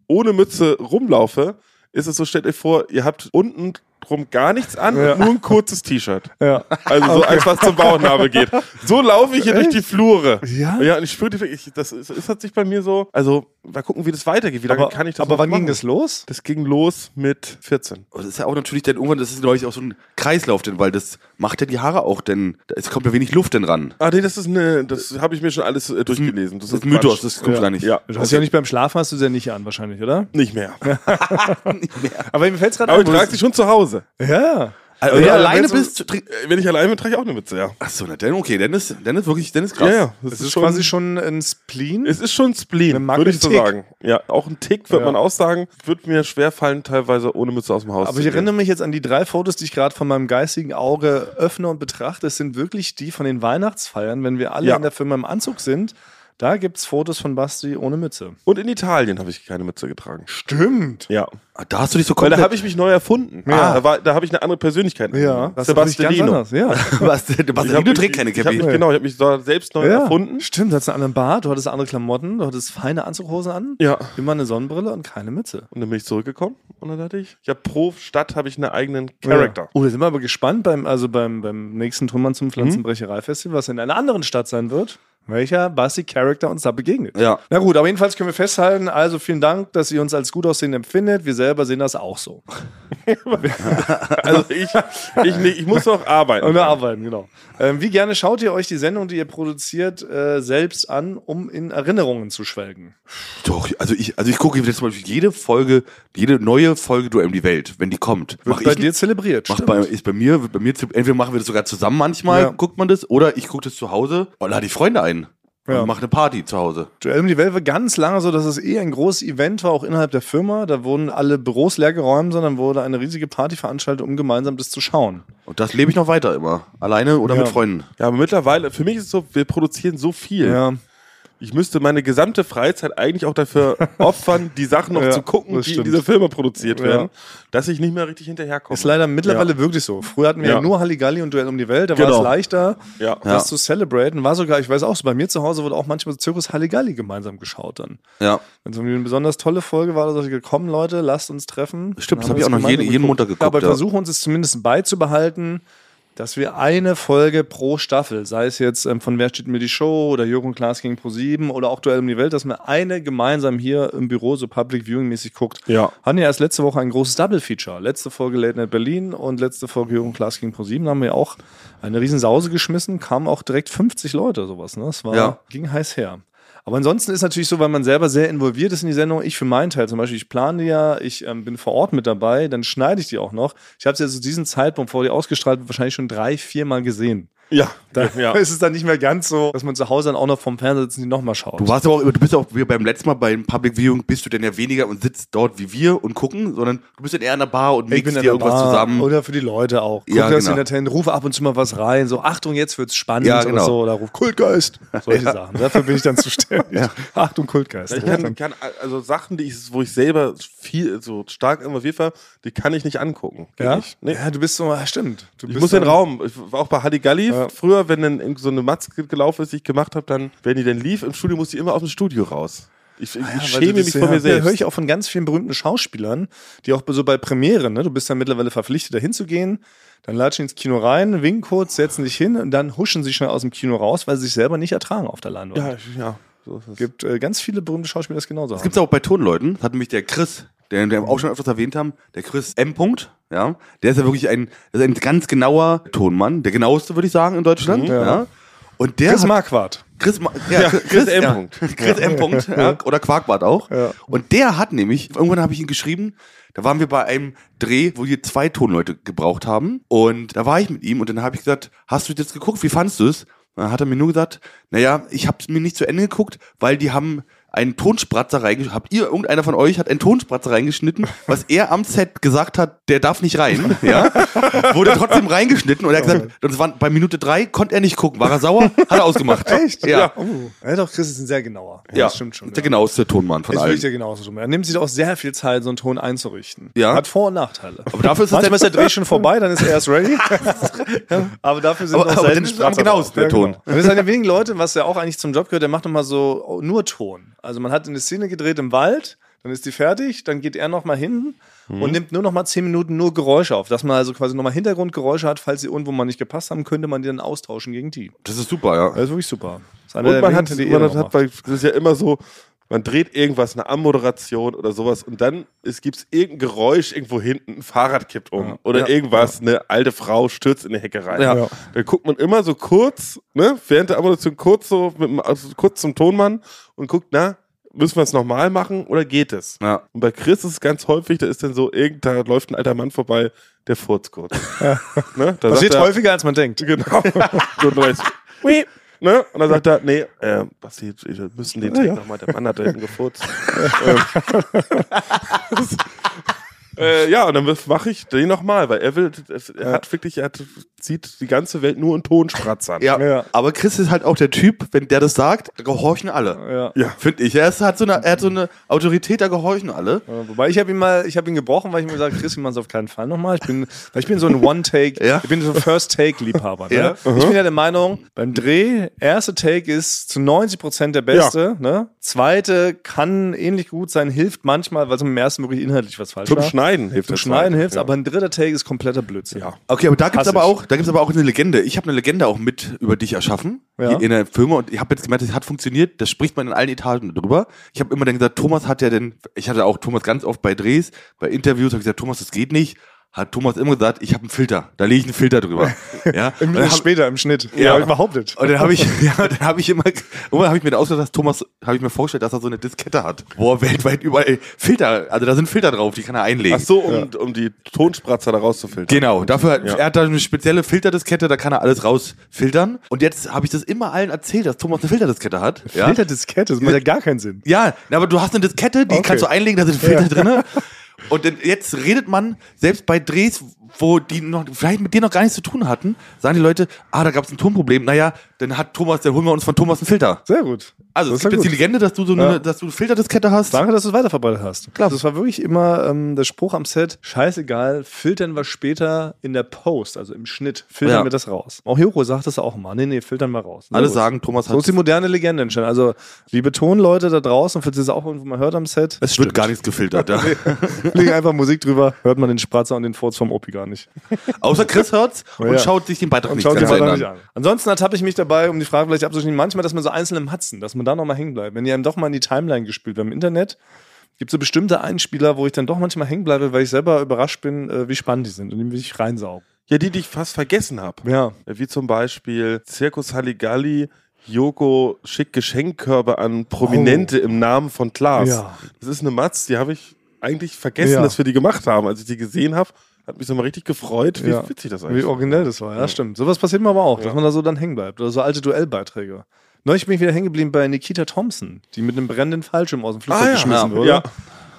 S3: ohne Mütze rumlaufe, ist es so, stellt euch vor, ihr habt unten drum gar nichts an,
S2: Ja.
S3: nur ein kurzes T-Shirt.
S2: Ja.
S3: Also so als was zum Bauchnabel geht. So laufe ich hier durch die Flure.
S2: Ja?
S3: Ja, und ich spürte, wirklich, ich, das ist, ist hat sich bei mir so. Also, mal gucken, wie das weitergeht. Wie lange
S2: Aber,
S3: kann ich das
S2: aber
S3: noch
S2: wann ging
S3: machen?
S2: das los?
S3: Das ging los mit 14.
S1: Und das ist ja auch natürlich dann irgendwann, das ist glaube ich auch so ein Kreislauf, denn weil das macht ja die Haare auch, denn es kommt ja wenig Luft denn ran.
S3: Ah, nee, das ist eine, das habe ich mir schon alles äh, durchgelesen.
S1: Das ist Mythos, das kommt
S2: Ja.
S1: gar nicht. <laughs>
S3: Ja,
S2: Du hast ja nicht beim Schlafen, hast du sie ja nicht an, wahrscheinlich, oder?
S3: nicht mehr.
S2: Aber mir fällt es gerade
S3: Aber ich trage sie schon zu Hause.
S2: Ja.
S1: Also, wenn
S3: Ja,
S1: du alleine
S3: wenn's-
S1: bist, trink-
S3: Äh, Wenn ich allein bin, trage ich auch eine Mütze, ja.
S1: Ach so, na dann okay, dann ist, dann ist wirklich, dann ist krass.
S3: das
S2: Das ist, quasi schon ein Spleen.
S3: Es ist schon ein Spleen,
S2: Eine
S3: würde ich so
S2: Macken-Tick.
S3: sagen. Ja, auch ein Tick, würde
S2: Ja.
S3: man auch sagen. Würde mir schwerfallen, teilweise ohne Mütze aus dem Haus
S2: aber ich
S3: zu gehen.
S2: erinnere mich jetzt an die drei Fotos, die ich gerade von meinem geistigen Auge öffne und betrachte. Es sind wirklich die von den Weihnachtsfeiern, wenn wir alle
S3: Ja.
S2: in der Firma im Anzug sind. Da gibt es Fotos von Basti ohne Mütze.
S3: Und in Italien habe ich keine Mütze getragen.
S2: Stimmt.
S3: Ja.
S1: Ah, Da hast du dich so
S3: Weil da
S1: komplett...
S3: habe ich mich neu erfunden.
S2: Ja.
S3: Ah, da war- da habe ich eine andere Persönlichkeit.
S2: Ja, das ist natürlich ganz
S3: Sebastianino.
S2: anders. Ja.
S1: <laughs> Was, Bastarino trägt Also keine
S3: Ich hab
S1: Cappy.
S3: mich, genau, ich habe mich da selbst neu
S2: Ja,
S3: erfunden.
S2: Stimmt, du hattest einen anderen Bart, du hattest andere Klamotten, du hattest feine Anzughosen an,
S3: Ja.
S2: immer eine Sonnenbrille und keine Mütze.
S3: Und dann bin ich zurückgekommen und dann dachte ich, ja, pro Stadt habe ich einen eigenen Charakter.
S2: Ja. Oh, da sind wir aber gespannt beim, also beim, beim nächsten Trümmern
S1: Mhm.
S2: zum Pflanzenbrecherei-Festival, was in einer anderen Stadt sein wird. Welcher Basti-Charakter uns da begegnet.
S1: Ja.
S2: Na gut, aber jedenfalls können wir festhalten, also vielen Dank, dass ihr uns als gut aussehen empfindet. Wir selber sehen das
S1: <laughs>
S2: auch so.
S3: Also
S2: <laughs>
S3: ich, ich, nee, ich muss noch arbeiten.
S2: Und wir arbeiten, genau. Ähm, wie gerne schaut ihr euch die Sendung, die ihr produziert, äh, selbst an, um in Erinnerungen zu schwelgen?
S1: Doch, also ich, also ich gucke jetzt zum Beispiel jede Folge, jede neue Folge Duell um die Welt, wenn die kommt. Mach
S2: bei
S1: ich,
S2: dir zelebriert.
S1: mach
S2: stimmt.
S1: bei, ist bei mir, wird bei mir, zu- entweder machen wir das sogar zusammen manchmal,
S2: Ja.
S1: guckt man das, oder ich gucke das zu Hause und lade die Freunde ein.
S2: Ja.
S1: Und mache eine Party zu Hause.
S2: Duell um die Welt war ganz lange so, dass es eh ein großes Event war, auch innerhalb der Firma. Da wurden alle Büros leer geräumt, sondern wurde eine riesige Party veranstaltet, um gemeinsam das zu schauen.
S1: Und das lebe ich noch weiter immer. Alleine oder
S2: Ja.
S1: mit Freunden.
S3: Ja, aber mittlerweile, für mich ist es so, wir produzieren so viel. Ich müsste meine gesamte Freizeit eigentlich
S2: <laughs>
S3: auch dafür opfern, die Sachen noch
S2: Ja,
S3: zu gucken,
S2: das
S3: die in
S2: stimmt.
S3: dieser Firma produziert
S2: Ja.
S3: werden, dass ich nicht mehr richtig hinterherkomme.
S2: Ist leider mittlerweile wirklich so. Früher hatten wir ja.
S3: Ja.
S2: nur Halligalli und Duell um die Welt, da war
S1: Genau.
S2: es leichter,
S3: Ja.
S2: das
S1: Ja.
S2: zu celebraten. War sogar, ich weiß auch, so bei mir zu Hause wurde auch manchmal Zirkus Halligalli gemeinsam geschaut dann.
S1: Ja,
S2: Wenn es irgendwie eine besonders tolle Folge war, da sagte ich, komm Leute, lasst uns treffen.
S1: Stimmt, das
S2: Dann
S1: hab ich
S2: haben wir
S1: auch noch
S2: gemeinsam
S1: jeden- jeden
S2: geguckt.
S1: Montag geguckt,
S2: Aber
S1: ja.
S2: versuchen uns es zumindest beizubehalten, dass wir eine Folge pro Staffel, sei es jetzt ähm, von Wer steht mir die Show oder Jürgen und Klaas gegen Pro7 oder auch Duell um die Welt, dass man eine gemeinsam hier im Büro so Public Viewing mäßig guckt.
S3: Ja.
S2: Hatten ja erst letzte Woche ein großes Double Feature. Letzte Folge Late Night Berlin und letzte Folge Jürgen und Klaas gegen Pro7 haben wir auch eine riesen Sause geschmissen, kamen auch direkt 50 Leute sowas, ne? Das war
S1: Ja.
S2: ging heiß her. Aber ansonsten ist natürlich so, weil man selber sehr involviert ist in die Sendung. Ich für meinen Teil zum Beispiel, ich plane die ja, ich ähm, bin vor Ort mit dabei, dann schneide ich die auch noch. Ich habe sie ja zu diesem Zeitpunkt, bevor die ausgestrahlt wird, wahrscheinlich schon drei, viermal gesehen. Ja, da <laughs>
S3: Ja.
S2: ist es dann nicht mehr ganz so, dass man zu Hause dann auch noch vom Fernseher sitzt und die nochmal schaut.
S1: Du warst aber auch, du bist auch wie beim letzten Mal beim Public Viewing bist du denn ja weniger und sitzt dort wie wir und gucken, sondern du bist dann eher an der Bar und mixt dir
S2: in der
S1: irgendwas
S2: Bar.
S1: zusammen.
S2: Oder für die Leute auch. Guck,
S1: Ja,
S2: dass
S1: genau.
S2: sie in der Tent, rufe ab und zu mal was rein. So, Achtung, jetzt wird's spannend
S1: Ja, genau.
S2: oder so. Oder ruf Kultgeist. Solche
S1: Ja.
S2: Sachen. Dafür bin ich dann zuständig.
S1: Ja.
S2: Achtung, Kultgeist.
S3: Ich kann, kann also Sachen, die ich, wo ich selber viel, so stark involviert war, die kann ich nicht angucken.
S2: <laughs>
S3: Geht
S2: ja?
S3: Nicht. Nee.
S2: ja, du bist so, ah, stimmt. Du
S3: Ich
S2: bist
S3: muss den
S2: dann-
S3: Raum. Ich war auch bei Halligalli
S2: Ja.
S3: früher, wenn dann irgend so eine Matz gelaufen ist, die ich gemacht habe, dann, wenn die dann lief im Studio, musste ich immer aus dem Studio raus. Ich, ich,
S2: Ah Ja, weil
S3: ich
S2: du
S3: schäme
S2: bist
S3: mich
S2: ja-
S3: vor mir
S2: Ja,
S3: selbst.
S2: höre ich auch von ganz vielen berühmten Schauspielern, die auch so bei Premieren, ne, du bist dann mittlerweile verpflichtet, da hinzugehen, dann latschen die ins Kino rein, winken kurz, setzen sich hin und dann huschen sie schnell aus dem Kino raus, weil sie sich selber nicht ertragen auf der Leinwand.
S3: ja, ich- ja. So ist es.
S2: Es gibt äh, ganz viele berühmte Schauspieler, die das genauso
S1: Das gibt's auch bei Tonleuten. Das hat nämlich der Chris, den wir auch schon öfters erwähnt haben, der Chris M. Punkt, ja. Der ist ja wirklich ein, das ist ein ganz genauer Tonmann, der genaueste, würde ich sagen, in Deutschland.
S2: Mhm.
S1: ja.
S2: Ja.
S1: Und der
S2: Chris
S1: hat-
S2: Marquardt.
S1: Chris, Ma- ja,
S3: Ja, Chris M.
S1: ja.
S3: Punkt.
S1: Chris M. Punkt, ja, oder Quarkbart auch.
S2: Ja.
S1: Und der hat nämlich, irgendwann habe ich ihn geschrieben, da waren wir bei einem Dreh, wo wir zwei Tonleute gebraucht haben. Und da war ich mit ihm und dann habe ich gesagt, hast du das geguckt? Wie fandst du es? Und Dann hat er mir nur gesagt, naja, ich habe es mir nicht zu Ende geguckt, weil die haben einen Tonspratzer reingeschnitten. Habt ihr, irgendeiner von euch hat einen Tonspratzer reingeschnitten, was er am Set gesagt hat, der darf nicht rein. Ja? Wurde trotzdem reingeschnitten und er hat gesagt, das waren, bei Minute drei konnte er nicht gucken. War er sauer? Hat er ausgemacht.
S2: Echt?
S1: Ja.
S2: Oh. ja. Doch, Chris ist ein sehr genauer.
S1: Ja,
S2: Das stimmt schon.
S1: Der genaueste Tonmann von
S2: Das will ich dir
S1: allen.
S2: genauso tun. Er nimmt sich auch sehr viel Zeit, so einen Ton einzurichten.
S1: Ja.
S2: Hat Vor- und Nachteile.
S1: Aber dafür ist es
S2: Manchmal ist der
S1: der-
S2: Dreh schon vorbei, dann ist er
S1: <laughs>
S2: erst ready. aber dafür sind
S1: Aber-
S2: auch
S1: aber
S2: selten
S1: dann ist es am
S2: Spratzer
S1: genauesten,
S2: drauf.
S1: der
S2: Ja,
S1: Ton.
S2: Genau. Und das ist einer der wenigen Leute, was ja auch eigentlich zum Job gehört, der macht nochmal so nur Ton. Also man hat eine Szene gedreht im Wald, dann ist die fertig, dann geht er nochmal hin
S1: Mhm.
S2: und nimmt nur nochmal 10 Minuten nur Geräusche auf. Dass man also quasi nochmal Hintergrundgeräusche hat, falls sie irgendwo mal nicht gepasst haben, könnte man die dann austauschen gegen die.
S1: Das ist super, ja.
S2: Das ist wirklich super. Das ist einer
S3: Und
S2: der
S3: man
S2: wenigen
S3: hat,
S2: Dinge, die
S3: man
S2: er
S3: hat,
S2: noch macht.
S3: hat bei, das ist ja immer so, man dreht irgendwas, eine Ammoderation oder sowas und dann gibt es irgendein Geräusch irgendwo hinten, ein Fahrrad kippt um
S2: Ja.
S3: oder
S2: Ja.
S3: irgendwas, eine alte Frau stürzt in die Hecke rein.
S2: Ja.
S3: Ja. Dann guckt man immer so kurz, ne, während der Ammoderation kurz so, mit, dem- also kurz zum Tonmann und guckt, na, müssen wir es nochmal machen oder geht es?
S1: ja.
S3: Und bei Chris ist es ganz häufig, da ist dann so, irgend, da läuft ein alter Mann vorbei, der furzt kurz. ne? da
S2: Passiert
S3: sagt er-
S2: häufiger, als man
S3: <laughs>
S2: denkt.
S3: Genau. so ein neues. Ui. Ne? Und dann sagt er, nee, äh, Basti, wir müssen den Tag nochmal, der Mann hat da hinten gefurzt. Ähm, äh, ja, und dann mache ich den nochmal, weil er will, er hat wirklich, er hat, sieht die ganze Welt nur in Tonspratzern.
S1: Ja.
S2: Ja.
S1: aber Chris ist halt auch der Typ, wenn der das sagt, da gehorchen alle.
S2: Ja.
S1: Finde ich. Er ist, hat so eine, er hat so eine Autorität, da gehorchen alle.
S2: Ja, Wobei ich habe ihn mal, ich habe ihn gebrochen, weil ich mir gesagt, Chris, ich mach's auf keinen Fall nochmal. Ich bin, weil ich bin so ein One Take,
S1: Ja.
S2: ich bin so ein First Take Liebhaber. Ne?
S1: Ja.
S2: Ich bin ja der Meinung, beim Dreh erste Take ist zu 90 Prozent der beste. Ne? Zweite kann ähnlich gut sein, hilft manchmal, weil es im ersten wirklich inhaltlich was falsch
S3: Zum
S2: war.
S3: Schneiden hilft
S2: Zum
S3: das
S2: Schneiden
S3: auch.
S2: hilft,
S3: ja.
S2: aber ein dritter Take ist kompletter Blödsinn.
S3: Ja.
S1: Okay, aber da gibt's
S2: Hass
S1: aber
S2: ich.
S1: auch, da gibt's aber auch eine Legende. Ich habe eine Legende auch mit über dich erschaffen
S2: Ja.
S1: in der Firma und ich habe jetzt gemerkt, das hat funktioniert. Das spricht man in allen Etagen drüber. Ich habe immer dann gesagt, Thomas hat ja denn, ich hatte auch Thomas ganz oft bei Drehs, bei Interviews, habe ich gesagt, Thomas, das geht nicht. Hat Thomas immer gesagt, ich habe einen Filter, da lege ich einen Filter
S2: <laughs>
S1: drüber. ja, Und
S2: Im,
S1: dann hab-
S2: später im Schnitt.
S1: Ja.
S2: hab ich behauptet.
S1: Und dann habe ich,
S2: <laughs>
S3: <laughs>
S1: <laughs> ja, dann habe ich immer, irgendwann habe ich mir dann ausgedacht, dass Thomas, habe ich mir vorgestellt, dass er so eine Diskette hat, wo er weltweit überall Filter, also da sind Filter drauf, die kann er einlegen.
S3: Ach so, um, um die Tonspratzer da rauszufiltern.
S1: Genau, dafür hat,
S3: Ja.
S1: er hat da eine spezielle Filterdiskette, da kann er alles rausfiltern. Und jetzt habe ich das immer allen erzählt, dass Thomas eine Filterdiskette hat. Ja,
S2: Filter Diskette, das macht ja gar keinen Sinn.
S1: ja na, aber du hast eine Diskette, die
S2: Okay.
S1: kannst du einlegen, da sind Filter
S3: <laughs>
S1: drinne. Und dann, jetzt redet man, selbst bei Drehs, wo die noch, vielleicht mit dir noch gar nichts zu tun hatten, sagen die Leute, ah, da gab es ein Tonproblem. Naja, dann hat Thomas, dann holen wir uns von Thomas einen Filter.
S2: Sehr gut.
S1: Also
S2: Das
S1: es
S2: war
S1: gibt jetzt
S2: gut.
S1: die Legende, dass du so eine,
S2: Ja.
S1: dass du eine Filterdiskette hast.
S2: Danke, dass du es weiterverbreitet hast. Klar. Das war wirklich immer ähm, der Spruch am Set: Scheißegal, filtern wir später in der Post, also im Schnitt, filtern
S1: Ja.
S2: wir das raus. Auch Joko sagt das auch immer. Nee, nee, filtern wir raus. Sehr
S1: Alle
S2: gut.
S1: sagen, Thomas
S2: So ist
S1: hat
S2: die moderne Legende entstanden. Also, liebe Tonleute da draußen, falls ihr es auch irgendwo mal hört am Set,
S1: es wird gar nichts gefiltert.
S2: <laughs>
S1: Ja.
S2: legen einfach Musik drüber, hört man den Spratzer und den Furz vom Opi gar nicht.
S1: Außer Chris hört's und
S2: Ja.
S1: schaut sich den Beitrag
S2: Und
S1: nicht,
S2: schaut die
S1: ganz
S2: Wahl
S1: ändern.
S2: nicht an. Ansonsten ertappe ich mich dabei, um die Frage vielleicht abzuschließen, manchmal, dass man so einzelne Matzen, dass man da nochmal hängen bleibt. Wenn die einem doch mal in die Timeline gespielt wird im Internet, gibt es so bestimmte Einspieler, wo ich dann doch manchmal hängen bleibe, weil ich selber überrascht bin, äh, wie spannend die sind und die will ich reinsaugen.
S3: Ja, die, die ich fast vergessen habe.
S2: Ja.
S3: Wie zum Beispiel Zirkus Halligalli, Joko schickt Geschenkkörbe an Prominente im Namen von Klaas.
S2: Oh. Ja.
S3: Das ist eine Matz, die habe ich eigentlich vergessen,
S2: Ja.
S3: dass wir die gemacht haben. Als ich die gesehen habe, Hat mich so mal richtig gefreut, wie
S2: Ja.
S3: witzig das
S2: Wie
S3: eigentlich ist.
S2: originell das war, ja, stimmt. Sowas passiert mir aber auch, dass man da so dann hängen bleibt. Oder so alte Duellbeiträge. Neulich bin ich wieder hängen geblieben bei Nikita Thompson, die mit einem brennenden Fallschirm aus dem Flugzeug
S3: Ah, ja.
S2: geschmissen
S3: Ja.
S2: wurde.
S3: Ja.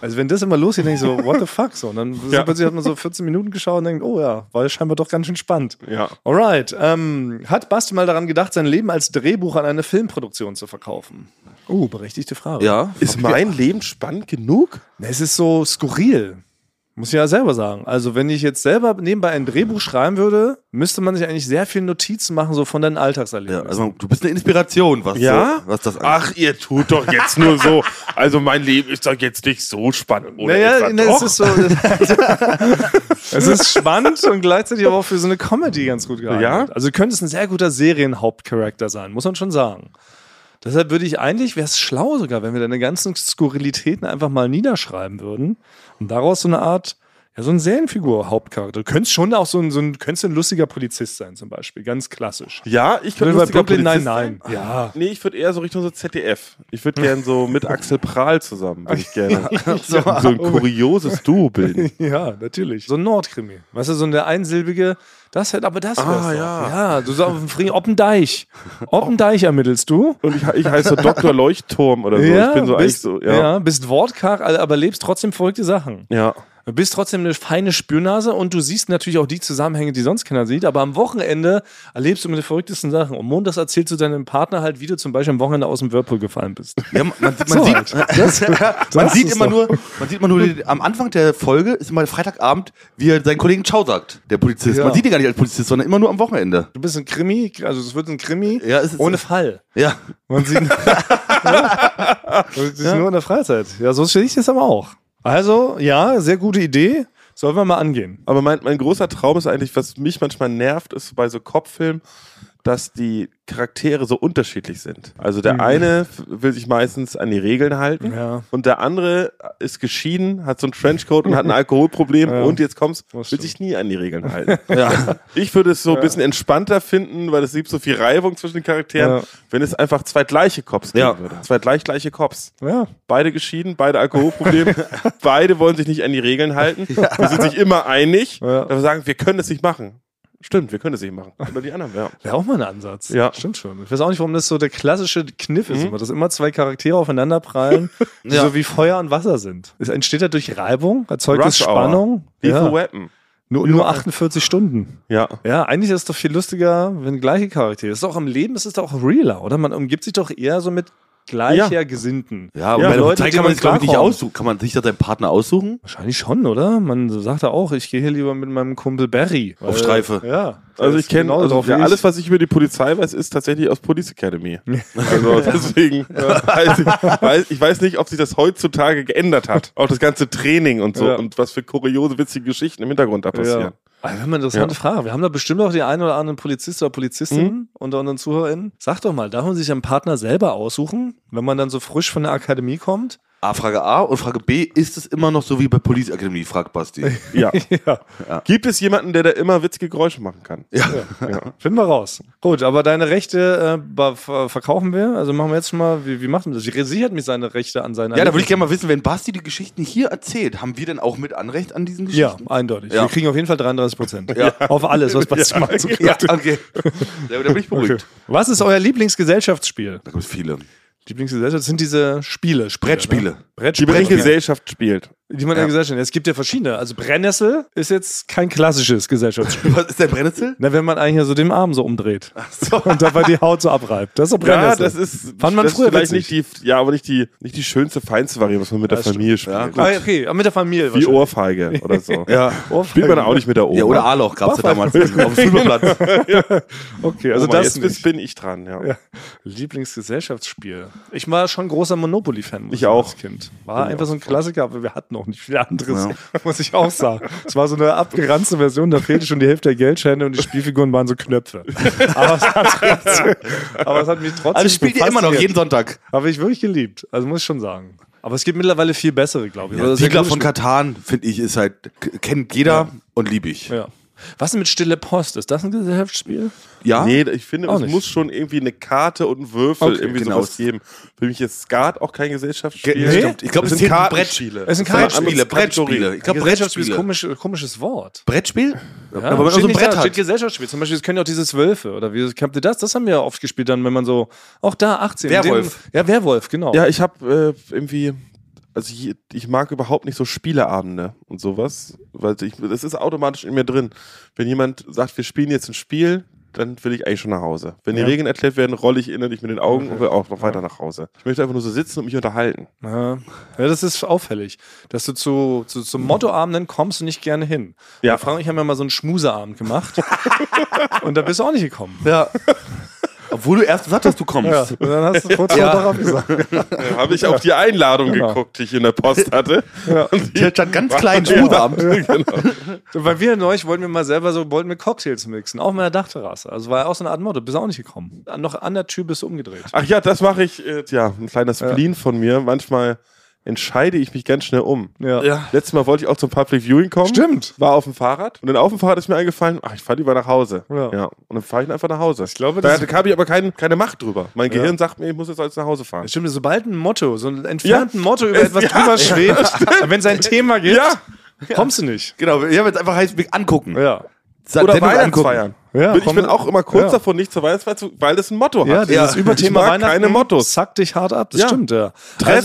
S2: Also wenn das immer losgeht, denke ich so, what the fuck? So, und dann so plötzlich hat man so 14 Minuten geschaut und denkt, oh ja, war ja scheinbar doch ganz schön spannend.
S3: Ja.
S2: Alright. Ähm, hat Basti mal daran gedacht, sein Leben als Drehbuch an eine Filmproduktion zu verkaufen? Uh, berechtigte Frage.
S1: Ja.
S2: <laughs>
S3: Ist mein Leben spannend genug?
S2: Na, Es ist so skurril. Muss ich ja selber sagen. Also, wenn ich jetzt selber nebenbei ein Drehbuch schreiben würde, müsste man sich eigentlich sehr viel Notizen machen, so von deinen
S1: ja.
S2: Alltagserlebnissen.
S1: Also du bist eine Inspiration, was,
S3: Ja?
S1: so, was das
S2: Ah.
S1: angeht.
S3: Ach, ihr tut doch jetzt nur so. Also mein Leben ist doch jetzt nicht so spannend. Oder
S2: naja,
S3: etwa
S2: na, es
S3: doch?
S2: ist so.
S3: <laughs>
S2: es ist spannend und gleichzeitig aber auch für so eine Comedy ganz gut geeignet.
S3: Ja?
S2: Also, könnte es ein sehr guter Serienhauptcharakter sein, muss man schon sagen. Deshalb würde ich eigentlich, wäre es schlau sogar, wenn wir deine ganzen Skurrilitäten einfach mal niederschreiben würden und daraus so eine Art, ja, so ein Serienfigur-Hauptcharakter. Du könntest schon auch so ein, so ein, könntest ein lustiger Polizist sein, zum Beispiel, ganz klassisch.
S3: ja, ich
S2: Will
S3: könnte
S2: bei
S3: lustiger
S2: Brooklyn
S3: Polizist
S2: Nine-Nine.
S3: sein.
S2: Ja.
S3: Nee, ich würde eher so Richtung so ZDF. Ich würde gern so mit Axel Prahl zusammen, würde ich gerne. so, ein kurioses Duo bilden.
S2: Ja, natürlich. So ein Nordkrimi. Weißt du, so eine einsilbige, das hätte, aber das wär's
S3: Ah,
S2: doch.
S3: ja.
S2: Ja, du sagst auf dem Frie,
S3: <laughs>
S2: Oppendeich. Oppendeich ermittelst du.
S3: Und ich, ich heiße so Dr. Leuchtturm oder so. ich bin so
S2: bist,
S3: eigentlich so, ja.
S2: bist wortkarg, al- aber lebst trotzdem verrückte Sachen.
S3: Ja.
S2: Du bist trotzdem eine feine Spürnase und du siehst natürlich auch die Zusammenhänge, die sonst keiner sieht, aber am Wochenende erlebst du mit den verrücktesten Sachen. Und montags erzählst du deinem Partner halt, wie du zum Beispiel am Wochenende aus dem Whirlpool gefallen bist.
S1: Ja, man, man
S2: So <laughs>
S1: sieht, <laughs> man
S2: das
S1: sieht
S2: ist
S1: immer
S2: doch-
S1: nur, man sieht immer nur den, am Anfang der Folge ist immer Freitagabend, wie er seinen Kollegen Ciao sagt, der Polizist.
S2: Ja.
S1: Man sieht ihn gar nicht als Polizist, sondern immer nur am Wochenende.
S2: Du bist ein Krimi, also es wird ein Krimi
S1: Ja, es ist-
S2: ohne Fall.
S1: Ja.
S2: Man sieht. <laughs> Ja. Das ist nur in der Freizeit. Ja, so sehe ich das aber auch. Also, ja, sehr gute Idee. Sollen wir mal angehen.
S3: Aber mein, mein großer Traum ist eigentlich, was mich manchmal nervt, ist bei so Kopffilmen, dass die Charaktere so unterschiedlich sind. Also der eine f- will sich meistens an die Regeln halten
S2: Mhm. Ja.
S3: und der andere ist geschieden, hat so einen
S2: <laughs>
S3: Trenchcoat und hat ein Alkoholproblem
S2: Ja.
S3: und jetzt kommst, will
S2: Das stimmt.
S3: sich nie an die Regeln
S2: <laughs>
S3: halten. Ich würde es so ein bisschen entspannter finden, weil es gibt so viel Reibung zwischen den Charakteren,
S2: Ja.
S3: wenn es einfach zwei gleiche Cops geben
S1: Ja.
S3: würde. Zwei gleich gleiche Cops.
S2: Ja.
S3: Beide geschieden, beide Alkoholprobleme, <laughs> beide wollen sich nicht an die Regeln halten. Wir sind sich immer einig.
S2: Ja.
S3: Aber wir sagen, wir können es nicht machen. Stimmt, wir können es nicht machen. Oder die anderen, ja.
S2: Wäre auch mal ein Ansatz.
S3: Ja.
S2: Stimmt schon. Ich weiß auch nicht, warum das so der klassische Kniff ist, immer, dass immer zwei Charaktere aufeinander <laughs> prallen, die
S1: Ja.
S2: so wie Feuer und Wasser sind. Es entsteht da durch Reibung, erzeugt es
S3: Rush Hour.
S2: Spannung.
S3: Lethal
S2: Ja.
S3: Weapon.
S2: Nur, nur 48 Stunden.
S3: Ja.
S2: Ja, eigentlich ist es doch viel lustiger, wenn gleiche Charaktere. Ist doch im Leben ist es doch auch realer, oder? Man umgibt sich doch eher so mit gleichergesinnten.
S1: Ja, aber
S3: Ja,
S1: bei der
S2: Leute,
S1: Polizei
S2: die
S1: kann man sich, glaube ich, nicht
S2: klarkommen.
S1: aussuchen. Kann man sich da seinen Partner aussuchen?
S2: Wahrscheinlich schon, oder? Man sagt ja auch, ich gehe hier lieber mit meinem Kumpel Barry. Weil,
S1: Auf Streife.
S2: Ja. Der
S3: Also ich
S2: ist
S3: kenne
S2: genauso
S3: also,
S2: drauf wie
S3: ja,
S2: ich.
S3: alles, was ich über die Polizei weiß, ist tatsächlich aus Police <laughs> Academy. Also <laughs> deswegen äh, weiß ich, weiß, ich weiß nicht, ob sich das heutzutage geändert hat. Auch das ganze Training und so
S2: Ja.
S3: und was für kuriose, witzige Geschichten im Hintergrund da
S2: Ja. Also
S3: passieren.
S2: Aber wir haben eine interessante Frage. Wir haben da bestimmt auch die einen oder anderen Polizist oder Polizistin unter unseren ZuhörerInnen. Sag doch mal, darf man sich einen Partner selber aussuchen, wenn man dann so frisch von der Akademie kommt?
S1: A, Frage A und Frage B, ist es immer noch so wie bei Police Academy, fragt Basti.
S3: <laughs> Ja.
S2: <laughs> ja.
S3: Gibt es jemanden, der da immer witzige Geräusche machen kann? Ja. <laughs>
S2: Finden wir raus. Gut, aber deine Rechte äh, be- ver verkaufen wir. Also machen wir jetzt schon mal, wie, wie macht man das? Sie sichert mich seine Rechte an seine
S1: Ja, da würde ich gerne mal wissen, wenn Basti die Geschichten hier erzählt, haben wir denn auch mit Anrecht an diesen
S2: Ja,
S1: Geschichten?
S2: <laughs> eindeutig.
S1: Ja.
S2: Wir kriegen auf jeden Fall 33 Prozent.
S1: Ja.
S2: Auf alles, was Basti ja. macht.
S1: Ja, <laughs> okay. Ja, da bin ich beruhigt.
S2: Was ist euer Lieblingsgesellschaftsspiel?
S1: Da gibt es viele.
S2: Lieblingsgesellschaft sind diese Spiele, Spiele
S1: Brettspiele.
S2: Ne?
S3: Die
S2: Brettspiele,
S3: man in
S2: die,
S3: Gesellschaft spielt.
S2: die man in der Gesellschaft. Es gibt ja verschiedene. Also Brennnessel ist jetzt kein
S1: <laughs>
S2: klassisches Gesellschaftsspiel.
S1: Was ist dein Brennnessel?
S2: Na, wenn man eigentlich so den Arm so umdreht und dabei die Haut so abreibt. Das ist doch Brennnessel.
S3: Ja, das ist,
S2: Fand man
S3: das
S2: früher
S3: ist vielleicht
S2: witzig.
S3: nicht die, ja, aber nicht die, nicht die schönste, feinste Variante, was man mit der
S2: stimmt.
S3: Familie spielt.
S1: Ja,
S2: Ah, okay, aber mit der Familie.
S3: Wie
S2: wahrscheinlich.
S3: Ohrfeige oder so.
S1: Ja.
S2: Ohrfeigen.
S3: Spielt man auch nicht mit der Oma.
S1: Ja, oder A-Loch gab es ja damals auf dem
S2: <laughs>
S1: Fußballplatz.
S2: Okay, also
S3: Oma,
S2: das
S3: Oh jetzt bist-
S2: ist
S3: bin ich dran, ja.
S2: Lieblingsgesellschaftsspiel. Ich war schon großer Monopoly-Fan. muss
S3: Ich
S2: sagen,
S3: auch.
S2: Als kind. War einfach so ein Klassiker, aber wir hatten auch nicht viel anderes, <laughs> muss ich auch sagen. Es war so eine abgeranzte Version, da fehlte schon die Hälfte der Geldscheine und die Spielfiguren waren so
S1: <laughs>
S2: Knöpfe. Aber es hat, trotzdem- aber es hat mich trotzdem.
S1: Also spielt ihr immer noch
S2: gefasst.
S1: jeden Sonntag.
S2: Habe ich wirklich geliebt. Also muss ich schon sagen. Aber es gibt mittlerweile viel bessere, glaube ich. Also das ist
S1: Siedler
S2: ja
S1: von
S2: gute
S1: Katan, finde ich, ist halt, k- kennt jeder und lieb ich.
S2: Spiele. ja. Was denn mit Stille Post? Ist das ein Gesellschaftsspiel?
S1: Ja?
S3: Nee, ich finde,
S2: Auch
S3: es
S2: nicht.
S3: muss schon irgendwie eine Karte und einen Würfel
S1: Okay,
S3: irgendwie
S1: genau.
S3: sowas geben. Für mich ist Skat auch kein Gesellschaftsspiel.
S1: Ge-
S2: nee,
S1: stimmt. Ich glaube,
S3: Das
S1: es
S3: sind
S1: sind
S3: Kartenspiele.
S1: Brettspiele.
S2: Es sind
S1: Das waren
S2: Kartenspiele,
S1: andere Brettspiele.
S3: Kategorien.
S1: Ich glaube,
S2: Gesellschaftsspiel ist ein
S1: Brettspiele.
S2: komisch, komisches Wort.
S1: Brettspiel?
S2: Ja,
S1: aber wenn man so ein
S2: nicht
S1: Brett
S2: da,
S1: hat.
S2: steht Gesellschaftsspiel. Zum Beispiel, es können ja auch diese Zwölfe oder wie habt ihr das? Das haben wir oft gespielt dann, wenn man so, auch da 18. mit
S1: Werwolf.
S2: Dem, ja, Werwolf, genau.
S3: Ja, ich habe äh, irgendwie, also ich, ich mag überhaupt nicht so Spieleabende und sowas, weil ich, das ist automatisch in mir drin. Wenn jemand sagt, wir spielen jetzt ein Spiel, dann will ich eigentlich schon nach Hause. Wenn
S2: Ja. Mhm.
S3: die Regeln erklärt werden, rolle ich innerlich mit den Augen und will auch noch weiter nach Hause. Ich möchte einfach nur so sitzen und mich unterhalten.
S2: Ja, Ja, das ist auffällig, dass du zu, zu, zu Mottoabenden kommst und nicht gerne hin.
S3: Ja.
S2: Ja. Frank und ich haben ja mal so einen
S1: <laughs>
S2: Schmuseabend gemacht und da bist du auch nicht gekommen.
S1: Ja. Obwohl du erst gesagt hast, du
S2: Ja,
S1: kommst.
S2: und dann hast du kurz
S1: Ja.
S2: vor darauf gesagt.
S3: Da habe ich auf die Einladung
S2: Genau.
S3: geguckt, die ich in der Post
S2: <laughs>
S3: hatte.
S2: Ja.
S1: Der stand ganz klein, Schmuseabend.
S2: Weil wir neulich wollten wir mal selber so, wollten wir Cocktails mixen, auch mit der Dachterrasse. Also war ja auch so eine Art Motto, bist auch nicht gekommen. An- Noch an der Tür bist du umgedreht.
S3: Ach ja, das mache ich, äh, ja, ein kleiner Spleen von mir. Manchmal entscheide ich mich ganz schnell um.
S2: Ja.
S1: Ja.
S3: Letztes Mal wollte ich auch zum Public Viewing kommen.
S2: Stimmt.
S3: War auf dem Fahrrad. Und dann auf dem Fahrrad ist mir eingefallen, ach, ich fahre lieber nach Hause.
S2: Ja.
S3: Und dann fahre ich einfach nach Hause. Ich
S2: glaube,
S3: da
S2: das-
S3: hatte- habe ich aber kein, keine Macht drüber. Mein
S2: Ja.
S3: Gehirn sagt mir, ich muss jetzt alles nach Hause fahren.
S2: Das Stimmt, sobald ein Motto, so ein entfernten
S3: Ja.
S2: Motto <laughs> über
S3: Es-
S2: etwas
S3: ja.
S2: drüber schwebt, <laughs> wenn es ein Thema gibt,
S3: Ja.
S2: kommst du nicht.
S1: Genau, wir haben jetzt einfach heißt, wir angucken.
S2: Ja.
S1: Sa-
S3: Oder
S1: Sendung
S3: Weihnachtsfeiern.
S2: Ja,
S3: Bin- ich
S2: komm-
S3: bin auch immer kurz
S2: ja.
S3: davon, nicht zur Weihnachtsfeier zu, weil das ein Motto
S2: Ja,
S3: hat.
S2: dieses
S1: Ja.
S2: Überthema
S3: Ich mag
S2: Weihnachten
S3: keine Mottos.
S2: zackt dich hart ab, das
S3: Ja.
S2: stimmt, ja. Also,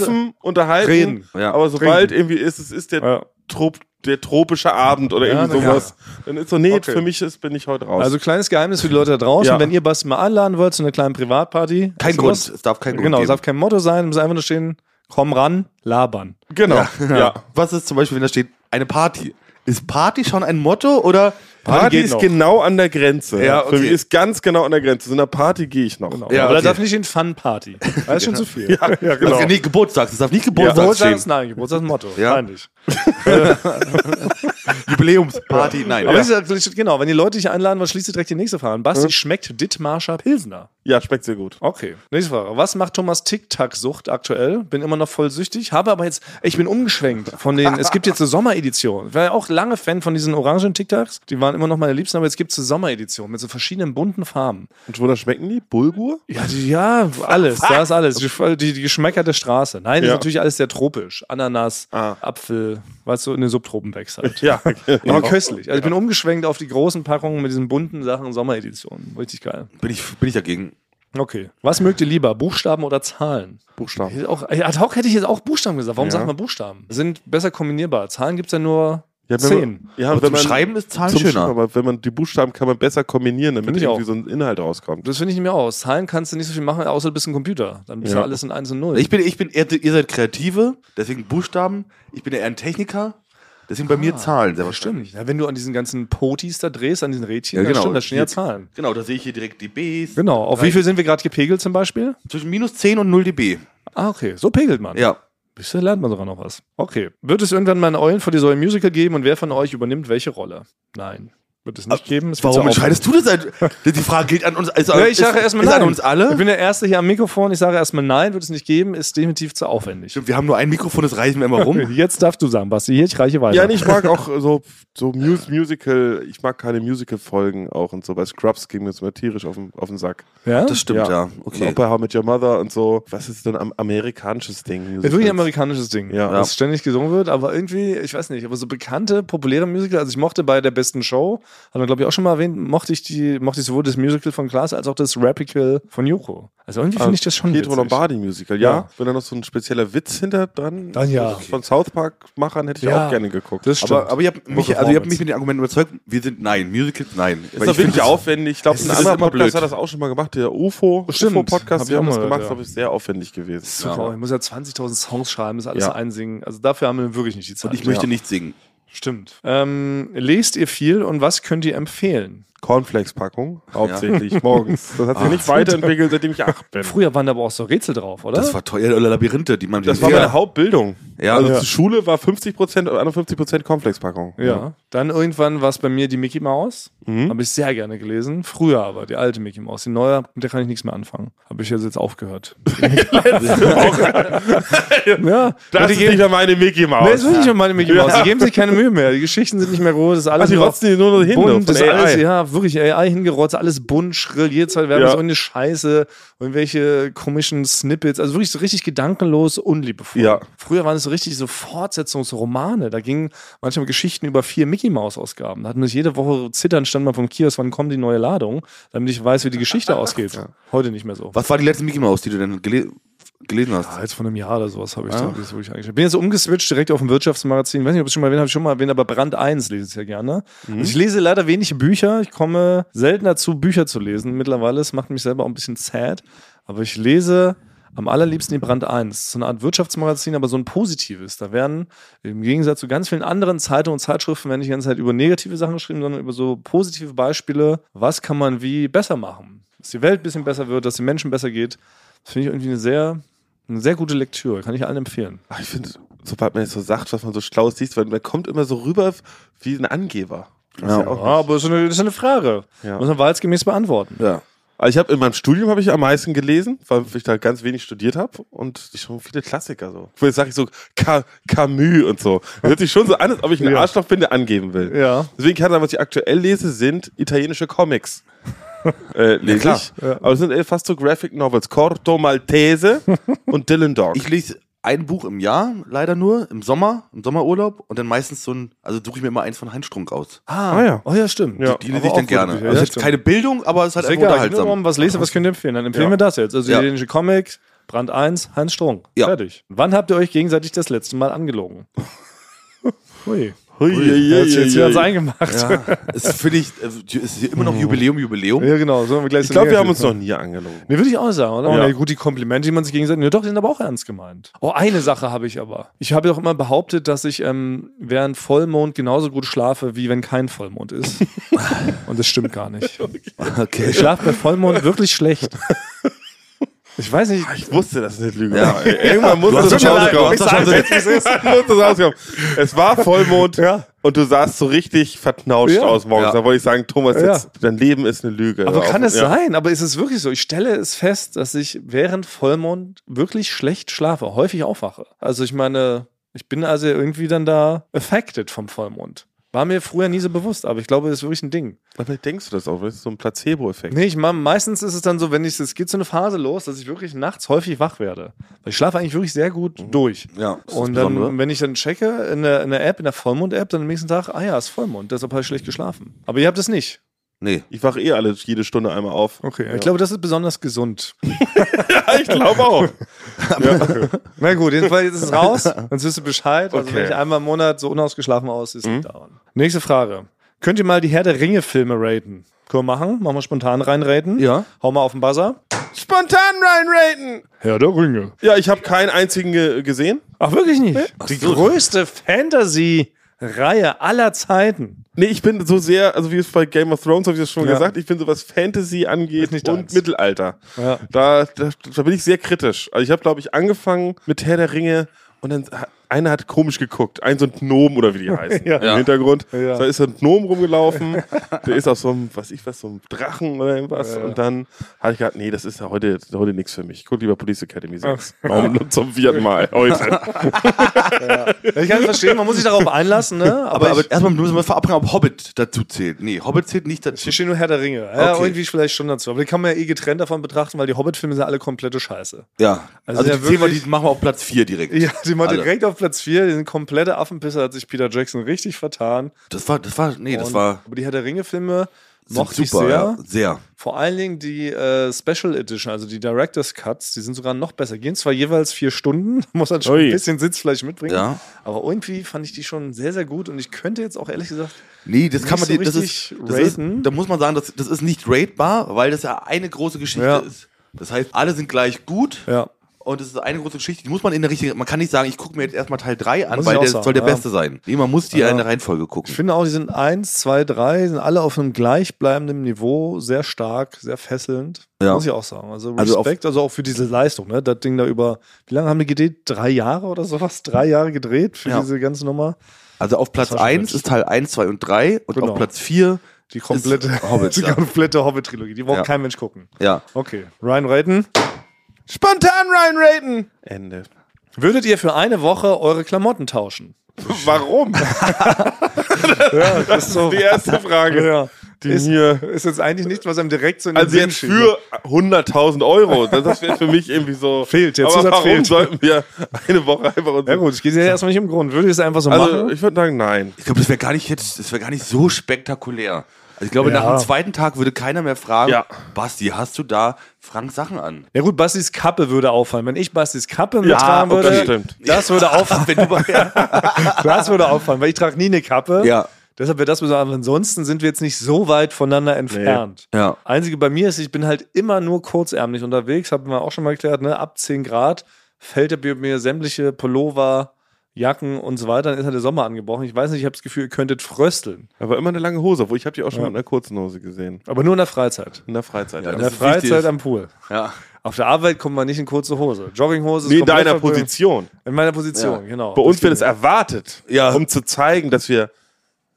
S3: Treffen, unterhalten.
S2: Reden.
S1: Ja.
S3: Aber sobald irgendwie ist, es ist der,
S2: Ja.
S3: Trop, der tropische Abend oder
S2: Ja,
S3: irgendwie
S2: na klar.
S3: sowas. Dann ist so, nee,
S2: Okay.
S3: für mich ist, bin ich heute raus.
S2: Also kleines Geheimnis für die Leute da draußen,
S3: Ja.
S2: wenn ihr Basti mal einladen wollt zu einer kleinen Privatparty.
S1: Kein
S2: also
S1: Grund.
S2: was-
S1: Es darf kein Grund
S2: Genau, es
S1: geben.
S2: darf kein Motto sein, muss einfach nur stehen, komm ran, labern.
S3: genau. Ja.
S1: Ja. Was ist zum Beispiel, wenn da steht, eine Party? Ist Party schon ein Motto oder?
S3: Party
S2: geht
S3: ist
S2: noch.
S3: genau an der Grenze.
S1: Ja,
S3: Für
S1: okay.
S3: mich ist ganz genau an der Grenze. So einer Party gehe ich noch.
S1: Ja,
S2: Aber da
S1: okay.
S2: darf nicht in Fun-Party. Das ist schon zu viel. Genau. Ja,
S1: Genau. Also, nee, Geburtstags. Es darf nicht Geburtstags
S2: Geburtstag ist
S1: stehen.
S2: nein, Geburtstag ist ein Motto.
S1: Ja.
S2: Peinlich.
S1: Jubiläumsparty, nein.
S2: Aber das ist ja, genau, wenn die Leute dich einladen, was schließt ihr direkt die nächste Frage an? Basti, schmeckt Dithmarscher Pilsner?
S3: Ja, schmeckt sehr gut.
S2: Okay. Nächste Frage. Was macht Thomas Tic-Tac-Sucht aktuell? Bin immer noch voll süchtig, habe aber jetzt, ich bin umgeschwenkt von den, es gibt jetzt eine Sommeredition. Ich war ja auch lange Fan von diesen orangen Tic-Tacs. Die waren immer noch meine Liebsten, aber jetzt gibt es eine Sommeredition mit so verschiedenen bunten Farben.
S3: Und wonach schmecken die? Bulgur?
S2: Ja, die, ja alles, da ist alles. Die, die, die Geschmäcker der Straße. Nein, das
S3: Ja.
S2: ist natürlich alles sehr tropisch. Ananas,
S3: Ah.
S2: Apfel, weißt du, in den Subtropen wächst halt.
S3: Ja.
S2: Aber köstlich. Also ich bin umgeschwenkt auf die großen Packungen mit diesen bunten Sachen Sommeredition. Richtig geil.
S1: Bin ich, bin ich dagegen.
S2: Okay. Was mögt ihr lieber, Buchstaben oder Zahlen?
S3: Buchstaben.
S2: Hätte Auch, äh, ad hoc hätte ich jetzt auch Buchstaben gesagt. Warum
S3: Ja.
S2: sagt man Buchstaben? Sind besser kombinierbar. Zahlen gibt es ja nur
S3: Ja, wenn
S2: zehn.
S3: Man, ja,
S1: Aber
S3: wenn
S1: zum
S3: man,
S1: Schreiben ist Zahlen
S3: zum Schreiben,
S1: schöner.
S3: aber wenn man die Buchstaben kann man besser kombinieren, damit
S2: Find ich
S3: irgendwie
S2: auch.
S3: so ein Inhalt rauskommt.
S2: Das finde ich nicht mehr aus. Zahlen kannst du nicht so viel machen, außer du bist ein Computer. Dann bist
S3: Ja.
S2: du alles in 1 und 0.
S1: Ich bin, ich bin eher, ihr seid Kreative, deswegen Buchstaben. Ich bin eher ein Techniker, deswegen bei mir Zahlen. Sehr wahrscheinlich.
S2: stimmt. Ja, wenn du an diesen ganzen Potis da drehst, an diesen Rädchen,
S1: Ja,
S2: dann
S1: genau.
S2: stimmt, da stehen ja
S1: Hier-
S2: Zahlen.
S1: Genau, da sehe ich hier direkt die Bs.
S2: Genau. Auf
S1: Drei-
S2: wie viel sind wir gerade gepegelt zum Beispiel?
S1: Zwischen minus 10 und 0 dB.
S2: Ah, okay. So pegelt man.
S1: Ja.
S2: Bisher lernt man sogar noch was. Okay. Wird es irgendwann mal einen Eulen vor die Säule Musical geben und wer von euch übernimmt welche Rolle? Äh, Nein. Wird es nicht geben. Es wird
S1: Warum
S2: zu aufwendig.
S1: entscheidest du das? Die Frage gilt an uns. Ist,
S2: Ja, ich sage erstmal
S1: ist
S2: nein.
S1: an uns alle.
S2: Ich bin der Erste hier am Mikrofon. Ich sage erstmal nein, wird es nicht geben, ist definitiv zu aufwendig.
S1: Stimmt, wir haben nur ein Mikrofon, das reichen wir immer
S2: <laughs>
S1: rum.
S2: Jetzt darfst du sagen, Basti, hier, ich reiche weiter.
S3: Ja, nee, ich mag auch so, so Mus Musical, ich mag keine Musical-Folgen auch und so. Bei Scrubs ging mir das immer tierisch auf den, auf den Sack.
S2: Ja?
S1: Das stimmt, ja.
S3: Und
S1: Okay.
S3: auch bei How Met Your Mother und so. Was ist denn am amerikanisches Ding?
S2: Das ist wirklich ein amerikanisches Ding,
S3: Ja.
S2: das ständig gesungen wird, aber irgendwie, ich weiß nicht, aber so bekannte, populäre Musical, also ich mochte bei der besten Show, hat man glaube ich auch schon mal erwähnt, mochte ich die, mochte ich sowohl das Musical von Klaas als auch das Rapical von Yoko. Also irgendwie finde ich das schon
S3: Pietro
S2: witzig.
S3: Lombardi Musical, ja.
S2: Ja.
S3: Wenn da noch so ein spezieller Witz hinter dran also
S2: Dann ja.
S3: von South Park-Machern hätte ich
S2: Ja.
S3: auch gerne geguckt.
S2: Das stimmt.
S1: Aber, aber ihr habt mich, also ihr habt mich mit den Argumenten überzeugt, wir sind nein, Musicals nein.
S3: Ist doch wirklich aufwendig. Ich glaube,
S1: Es
S3: ein
S1: ist
S3: anderer
S1: immer
S3: Podcast
S1: blöd.
S3: hat das auch schon mal gemacht. Der UFO,
S2: Stimmt. Hab
S3: UFO-Podcast,
S2: ich
S3: die haben
S2: auch
S3: das
S2: mal
S3: gemacht.
S2: gehört,
S3: Das
S2: ja.
S3: glaube ich, sehr aufwendig gewesen.
S2: Super, ich muss ja 20.000 Songs schreiben, das alles
S3: Ja.
S2: einsingen. Also dafür haben wir wirklich nicht die Zeit.
S1: Ich möchte nicht singen.
S2: Stimmt. Ähm, lest ihr viel und was könnt ihr empfehlen?
S3: Cornflakes-Packung,
S2: <laughs>
S3: hauptsächlich morgens. Das hat sich
S1: Ah.
S3: nicht weiterentwickelt, seitdem ich acht bin.
S2: Früher waren da aber auch so Rätsel drauf, oder?
S1: Das war teuer, oder Labyrinthe, die man
S3: Das
S1: die-
S3: war meine
S1: ja.
S3: Hauptbildung.
S1: Ja.
S3: also
S1: Ja.
S3: zur Schule war 50 Prozent oder 51 Prozent Cornflakes-Packung.
S2: ja. Dann irgendwann war es bei mir die Mickey Mouse.
S3: Mhm.
S2: Habe ich sehr gerne gelesen. Früher aber, die alte Mickey Mouse. Die neue, mit der kann ich nichts mehr anfangen. Habe ich also jetzt <laughs> aufgehört. ja.
S3: Das ist nicht mehr meine Mickey
S2: Nee, das
S3: Maus.
S2: ist wirklich schon meine Mickey Mouse. Die geben sich keine Mühe mehr. Die Geschichten sind nicht mehr groß. Das ist alles
S3: Also die
S2: nur
S3: rotzen die nur noch hin.
S2: bunt,
S3: von
S2: das ist alles,
S3: AI.
S2: ja, wirklich AI hingerotzt, alles bunt, schrill, jede Zeit werden
S3: Ja.
S2: so eine Scheiße, irgendwelche komischen Snippets, also wirklich so richtig gedankenlos, unliebevoll.
S3: Ja.
S2: Früher waren es so richtig so Fortsetzungsromane, da gingen manchmal Geschichten über vier Mickey-Maus-Ausgaben, da hatten wir jede Woche zittern, stand man vom Kiosk, wann kommt die neue Ladung, damit ich weiß, wie die Geschichte
S3: <laughs>
S2: ausgeht. Heute nicht mehr so.
S1: Was war die letzte Mickey Maus, die du denn gele gelesen hast?
S2: Ja, jetzt von einem Jahr oder sowas habe ich da, das wirklich eigentlich. Bin jetzt umgeswitcht direkt auf ein Wirtschaftsmagazin. Weiß nicht, ob ich schon mal erwähnt habe, ich schon mal erwähnt, aber Brand 1 lese ich ja gerne. Also ich lese leider wenig Bücher. Ich komme selten dazu, Bücher zu lesen. Mittlerweile, es macht mich selber auch ein bisschen sad. Aber ich lese am allerliebsten die Brand 1. So eine Art Wirtschaftsmagazin, aber so ein positives. Da werden im Gegensatz zu ganz vielen anderen Zeitungen und Zeitschriften werden nicht die ganze Zeit über negative Sachen geschrieben, sondern über so positive Beispiele. Was kann man wie besser machen? Dass die Welt ein bisschen besser wird, dass den Menschen besser geht. Das finde ich irgendwie eine sehr eine sehr gute Lektüre, kann ich allen empfehlen.
S3: Ach, Ah, ich finde, sobald man jetzt so sagt, was man so schlau sieht, weil man kommt immer so rüber wie ein Angeber. Das ist
S1: Ja.
S3: auch-
S2: aber das ist eine, das ist eine Frage.
S3: Ja.
S2: Muss man wahrheitsgemäß beantworten.
S3: Ja. Also ich habe in meinem Studium habe ich am meisten gelesen, weil ich da ganz wenig studiert habe und schon viele Klassiker so. Jetzt sage ich so Ca- Camus und so. Das hört sich schon so an, als ob ich einen
S2: Ja.
S3: Arschloch bin, der angeben will.
S2: Ja.
S3: Deswegen kann ich sagen, was ich aktuell lese, sind italienische
S1: <laughs>
S3: Comics. äh, lese
S1: klar.
S3: ich. Aber es sind eher fast so Graphic Novels. Corto Maltese und Dylan Dog.
S1: Ich lese ein Buch im Jahr, leider nur, im Sommer, im Sommerurlaub und dann meistens so ein, also suche ich mir immer eins von Heinz Strunk aus.
S2: Ah,
S3: ja.
S2: Oh ja, stimmt.
S3: Ja.
S1: Die lese ich dann gerne.
S2: Also
S1: also ist jetzt keine Bildung, aber es ist halt
S2: ist
S1: einfach
S2: egal, ich nur mal
S1: unterhaltsam.
S2: was lese, was könnt ihr empfehlen? Dann empfehlen wir das jetzt. Also
S1: Ja.
S2: italienische Comic, Brand 1, Heinz Strunk.
S1: Ja.
S2: Fertig. Wann habt ihr euch gegenseitig das letzte Mal angelogen? Hui.
S3: <laughs> Hui, hui,
S2: Jetzt,
S3: hui,
S2: jetzt
S3: hui.
S2: wird's eingemacht. Ja,
S1: Ja, <laughs> es finde ich, also, es ist hier immer noch Jubiläum, Jubiläum.
S2: genau. So, haben gleich
S3: Ich glaube, wir haben uns noch nie angelogen.
S2: Nee, würde ich auch sagen, oder?
S3: Ja.
S2: Na gut, die Komplimente, die man sich gegenseitig. Ja, doch, die sind aber auch ernst gemeint. Oh, eine Sache habe ich aber. Ich habe doch immer behauptet, dass ich ähm, während Vollmond genauso gut schlafe, wie wenn kein Vollmond <laughs> ist. Und das stimmt gar nicht.
S1: Okay.
S2: Ich schlafe bei Vollmond wirklich schlecht. Ich weiß nicht.
S3: Ich wusste, dass es nicht Lüge
S1: Ja.
S3: war. Ey, Irgendwann musste
S1: hast
S3: das
S1: schon allein-
S3: rauskommen.
S1: du hast schon
S3: Irgendwann musste das rauskommen. Es war Vollmond
S2: Ja.
S3: und du sahst so richtig verknautscht
S2: Ja.
S3: aus morgens.
S1: Ja.
S3: Da wollte ich sagen, Thomas,
S2: Ja.
S3: jetzt, dein Leben ist eine
S1: Äh,
S3: Lüge.
S2: Aber
S3: Hör
S2: kann
S3: auf.
S2: es sein? Aber ist es wirklich so? Ich stelle es fest, dass ich während Vollmond wirklich schlecht schlafe, häufig aufwache. Also ich meine, ich bin also irgendwie dann da affected vom Vollmond. War mir früher nie so bewusst, aber ich glaube, das ist wirklich ein Ding.
S3: Aber vielleicht denkst du das auch, das ist so ein Placebo-Effekt.
S2: Nee, ich mach, meistens ist es dann so, wenn ich es geht so eine Phase los, dass ich wirklich nachts häufig wach werde. Weil ich schlafe eigentlich wirklich sehr gut durch.
S1: Ja, das Mhm. ist
S2: Und
S1: das Besondere.
S2: dann, wenn ich dann checke in der, in der App, in der Vollmond-App, dann am nächsten Tag, ah ja, ist Vollmond, deshalb habe ich schlecht geschlafen. Aber ihr habt es nicht.
S1: Nee.
S3: Ich wache eh alle jede Stunde einmal auf.
S2: Okay. Ich glaube, das ist besonders gesund.
S3: ich
S2: <laughs>
S3: glaube auch.
S2: Na gut, jedenfalls <laughs> ist es raus, sonst wisst ihr Bescheid. Also
S3: Okay.
S2: wenn ich einmal im Monat so unausgeschlafen aus, ist es dauern. Nächste Frage. Könnt ihr mal die Herr der Ringe-Filme raten? Können wir machen? Machen wir spontan reinraten?
S1: Ja.
S2: Hau mal auf den Buzzer.
S3: Spontan reinraten!
S2: Herr der Ringe.
S3: Ja, ich habe keinen einzigen ge gesehen.
S2: Ach, wirklich nicht? die größte Fantasy-Reihe aller Zeiten.
S3: Nee, ich bin so sehr, also wie es bei Game of Thrones, habe ich das schon
S2: Ja.
S3: gesagt, ich bin so was Fantasy angeht
S2: Ist nicht
S3: und
S2: deins.
S3: Mittelalter.
S2: Ja.
S3: Da, da, da bin ich sehr kritisch. Also ich habe, glaube ich, angefangen mit Herr der Ringe und dann ha- einer hat komisch geguckt. Ein so ein Gnom oder wie
S2: <laughs>
S3: die heißen
S2: Ja.
S3: im
S1: Ja.
S3: Hintergrund.
S2: Ja.
S3: Da ist so ein Gnom
S2: <laughs>
S3: rumgelaufen, der ist auf so einem, was ich was, so einem Drachen oder irgendwas.
S2: Ja.
S3: Und dann habe ich gedacht, nee, das ist ja heute, heute nichts für mich. Ich guck lieber Police Academy 6.
S2: <laughs>
S3: Warum nur zum vierten Mal heute?
S2: Ich kann es verstehen, man muss sich darauf einlassen, <laughs> ne?
S1: Aber, aber,
S2: ich,
S1: erstmal müssen wir verabschieden, ob Hobbit dazu zählt. Nee, Hobbit zählt nicht dazu.
S2: hier steht nur Herr der Ringe. Ja,
S1: Okay.
S2: irgendwie vielleicht schon dazu. Aber die kann man ja eh getrennt davon betrachten, weil die Hobbit-Filme sind alle komplette Scheiße.
S1: Ja.
S2: Also
S1: Also,
S2: der
S1: die zählen wir,
S2: wirklich-
S1: die machen wir auf Platz 4 direkt.
S2: Ja, die mal
S1: Alle.
S2: direkt auf Platz 4, den komplette Affenpisser hat sich Peter Jackson richtig vertan.
S1: Das war, das war, nee, das
S2: Und-
S1: war
S2: aber die Herr der Ringe-Filme
S1: sind
S2: mochte ich
S1: super.
S2: sehr.
S1: Ja, sehr.
S2: Vor allen Dingen die äh, Special Edition, also die Director's Cuts, die sind sogar noch besser. Gehen zwar jeweils vier Stunden, <laughs> muss dann schon ein
S3: Ui.
S2: bisschen Sitzfleisch mitbringen.
S1: Ja.
S2: Aber irgendwie fand ich die schon sehr, sehr gut und ich könnte jetzt auch ehrlich gesagt.
S1: Nee, das kann man
S2: Nicht
S1: dir-
S2: so
S1: das ist,
S2: richtig
S1: das ist,
S2: raten.
S1: da muss man sagen, das, das ist nicht ratebar, weil das ja eine große Geschichte
S2: Ja.
S1: ist. Das heißt, alle sind gleich gut,
S2: Ja.
S1: Und es ist eine große Geschichte, die muss man in der richtigen, man kann nicht sagen, ich gucke mir jetzt erstmal Teil 3 an,
S2: Muss
S1: weil
S2: ich auch
S1: der
S2: sagen,
S1: soll der
S2: ja.
S1: beste sein. Nee, man muss die
S2: Ja.
S1: in der Reihenfolge gucken.
S2: Ich finde auch, die sind eins, zwei, drei, sind alle auf einem gleichbleibenden Niveau, sehr stark, sehr fesselnd.
S1: Ja.
S2: Muss ich auch sagen. Also
S1: Also auf-
S2: Respekt, also, auch für diese Leistung, ne? Das Ding da über, wie lange haben die gedreht? Drei Jahre oder sowas? Drei Jahre gedreht für
S1: Ja.
S2: diese ganze Nummer.
S1: Also auf Platz
S2: Das war schon
S1: 1
S2: witzig.
S1: ist Teil 1, 2 und 3 und
S2: Genau.
S1: auf Platz 4,
S2: Die komplette
S1: Hobbit,
S2: <laughs> die
S1: ja.
S2: komplette Hobbit-Trilogie. Die braucht
S1: Ja.
S2: kein Mensch gucken.
S1: ja.
S2: Okay. Ryan Raiden.
S3: Spontan Ryan Raten! Ende.
S2: Würdet ihr für eine Woche eure Klamotten tauschen?
S3: Warum?
S2: Ja, das ist so.
S3: Die erste
S2: <laughs>
S3: Frage.
S2: ja.
S3: Die
S2: ist,
S3: mir.
S2: ist jetzt eigentlich nichts, was einem direkt so in den
S3: Also
S2: Sinn
S3: jetzt
S2: schießt.
S3: für 100.000 Euro. Das- Das wäre für mich irgendwie so.
S2: <laughs> Fehlt, der
S3: Aber
S2: Zusatz
S3: warum
S2: fehlt.
S3: sollten wir eine Woche einfach uns.
S2: Ja gut, ich gehe ja erstmal nicht im Grund. Würde ich es einfach so
S3: also
S2: machen?
S3: ich würde sagen, nein.
S1: Ich glaube, das wäre gar nicht jetzt, das wäre gar nicht so spektakulär. Also ich glaube,
S2: Ja.
S1: nach dem zweiten Tag würde keiner mehr fragen,
S3: Ja.
S1: Basti, hast du da Frank Sachen an?
S2: Ja gut, Bastis Kappe würde auffallen. Wenn ich Bastis Kappe
S3: Ja,
S2: tragen
S3: okay.
S2: würde,
S3: das stimmt.
S2: das würde auffallen.
S1: Wenn du mal,
S2: das würde auffallen, weil ich trage nie eine Kappe.
S1: Ja.
S2: Deshalb wäre das besonders. Aber ansonsten sind wir jetzt nicht so weit voneinander entfernt.
S1: Ja.
S2: Einzige bei mir ist, ich bin halt immer nur kurzärmlich unterwegs, haben wir auch schon mal geklärt, ne? ab 10 Grad fällt bei mir sämtliche Pullover, Jacken und so weiter, dann ist halt der Sommer angebrochen. Ich weiß nicht, ich habe das Gefühl, ihr könntet frösteln.
S3: Aber immer eine lange Hose, wo ich habe die auch schon mit einer kurzen Hose gesehen.
S2: Aber nur in der Freizeit.
S3: In der Freizeit.
S1: Ja,
S2: In
S1: das
S2: der
S1: ist
S2: Freizeit
S1: wichtig.
S2: am Pool.
S1: <laughs> ja.
S2: Auf der Arbeit kommt man nicht in kurze Hose. Jogginghose ist
S3: nee, in
S2: komplett
S3: deiner
S2: verboten.
S3: Position.
S2: In meiner Position, genau.
S3: Bei uns wird es
S2: geht
S3: erwartet,
S1: Ja.
S3: um zu zeigen, dass wir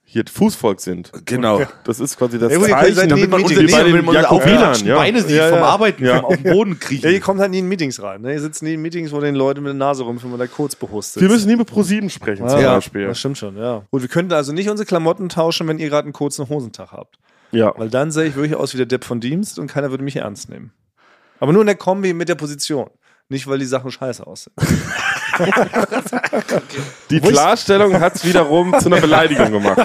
S3: hier Fußvolk sind.
S1: Genau.
S3: Das ist quasi das
S2: Ja, gut, ihr könnt
S3: Zeichen,
S2: seit nie
S3: damit
S2: ein
S3: man
S2: Meeting-
S3: unsere
S2: Nee,
S3: bei den Jakobinern,
S1: aufgeklatschten
S3: ja.
S1: Beine sieht
S2: Ja,
S1: vom
S2: ja.
S1: Arbeiten,
S3: Ja.
S1: vom auf den Boden kriechen.
S2: nicht. Ja, ihr kommt halt nie in Meetings rein. Ne? Ihr sitzt nie in Meetings, wo den Leute mit der Nase rumfilmen und da kurz behustet.
S3: Wir müssen nie mit Pro7 sprechen, zum
S2: ja,
S3: Beispiel.
S2: Das stimmt schon, ja. Gut, wir könnten also nicht unsere Klamotten tauschen, wenn ihr gerade einen kurzen Hosentag habt.
S3: Ja.
S2: Weil dann sehe ich wirklich aus wie der Depp von Dienst und keiner würde mich ernst nehmen. Aber nur in der Kombi mit der Position. Nicht, weil die Sachen scheiße <laughs> aussehen.
S3: Die Klarstellung hat es wiederum zu einer Beleidigung gemacht.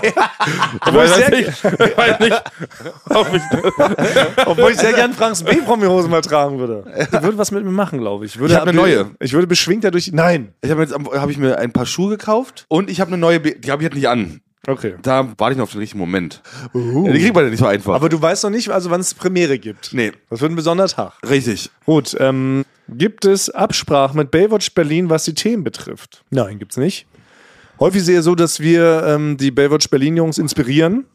S3: Obwohl
S2: ich
S3: ich weiß
S2: sehr-
S3: nicht, weiß nicht, ob ich
S2: Obwohl ich sehr gern Franks B-Promi-Hosen mal tragen würde. Die würde was mit mir machen, glaube ich. Würde
S1: Ich hab eine neue.
S2: Ich würde beschwingter durch. Nein.
S1: Ich habe jetzt am- hab ich mir ein paar Schuhe gekauft und ich habe eine neue, Be die habe ich jetzt nicht an.
S2: Okay.
S1: Da warte ich noch auf den richtigen Moment. Ja, die kriegt man ja nicht so einfach.
S2: Aber du weißt noch nicht, also wann es Premiere gibt.
S1: nee,
S2: Das wird ein besonderer Tag.
S1: richtig.
S2: Gut, ähm, gibt es Absprachen mit Baywatch Berlin, was die Themen betrifft? Nein, gibt's nicht. Häufig sehe ich so, dass wir ähm, die Baywatch Berlin-Jungs inspirieren.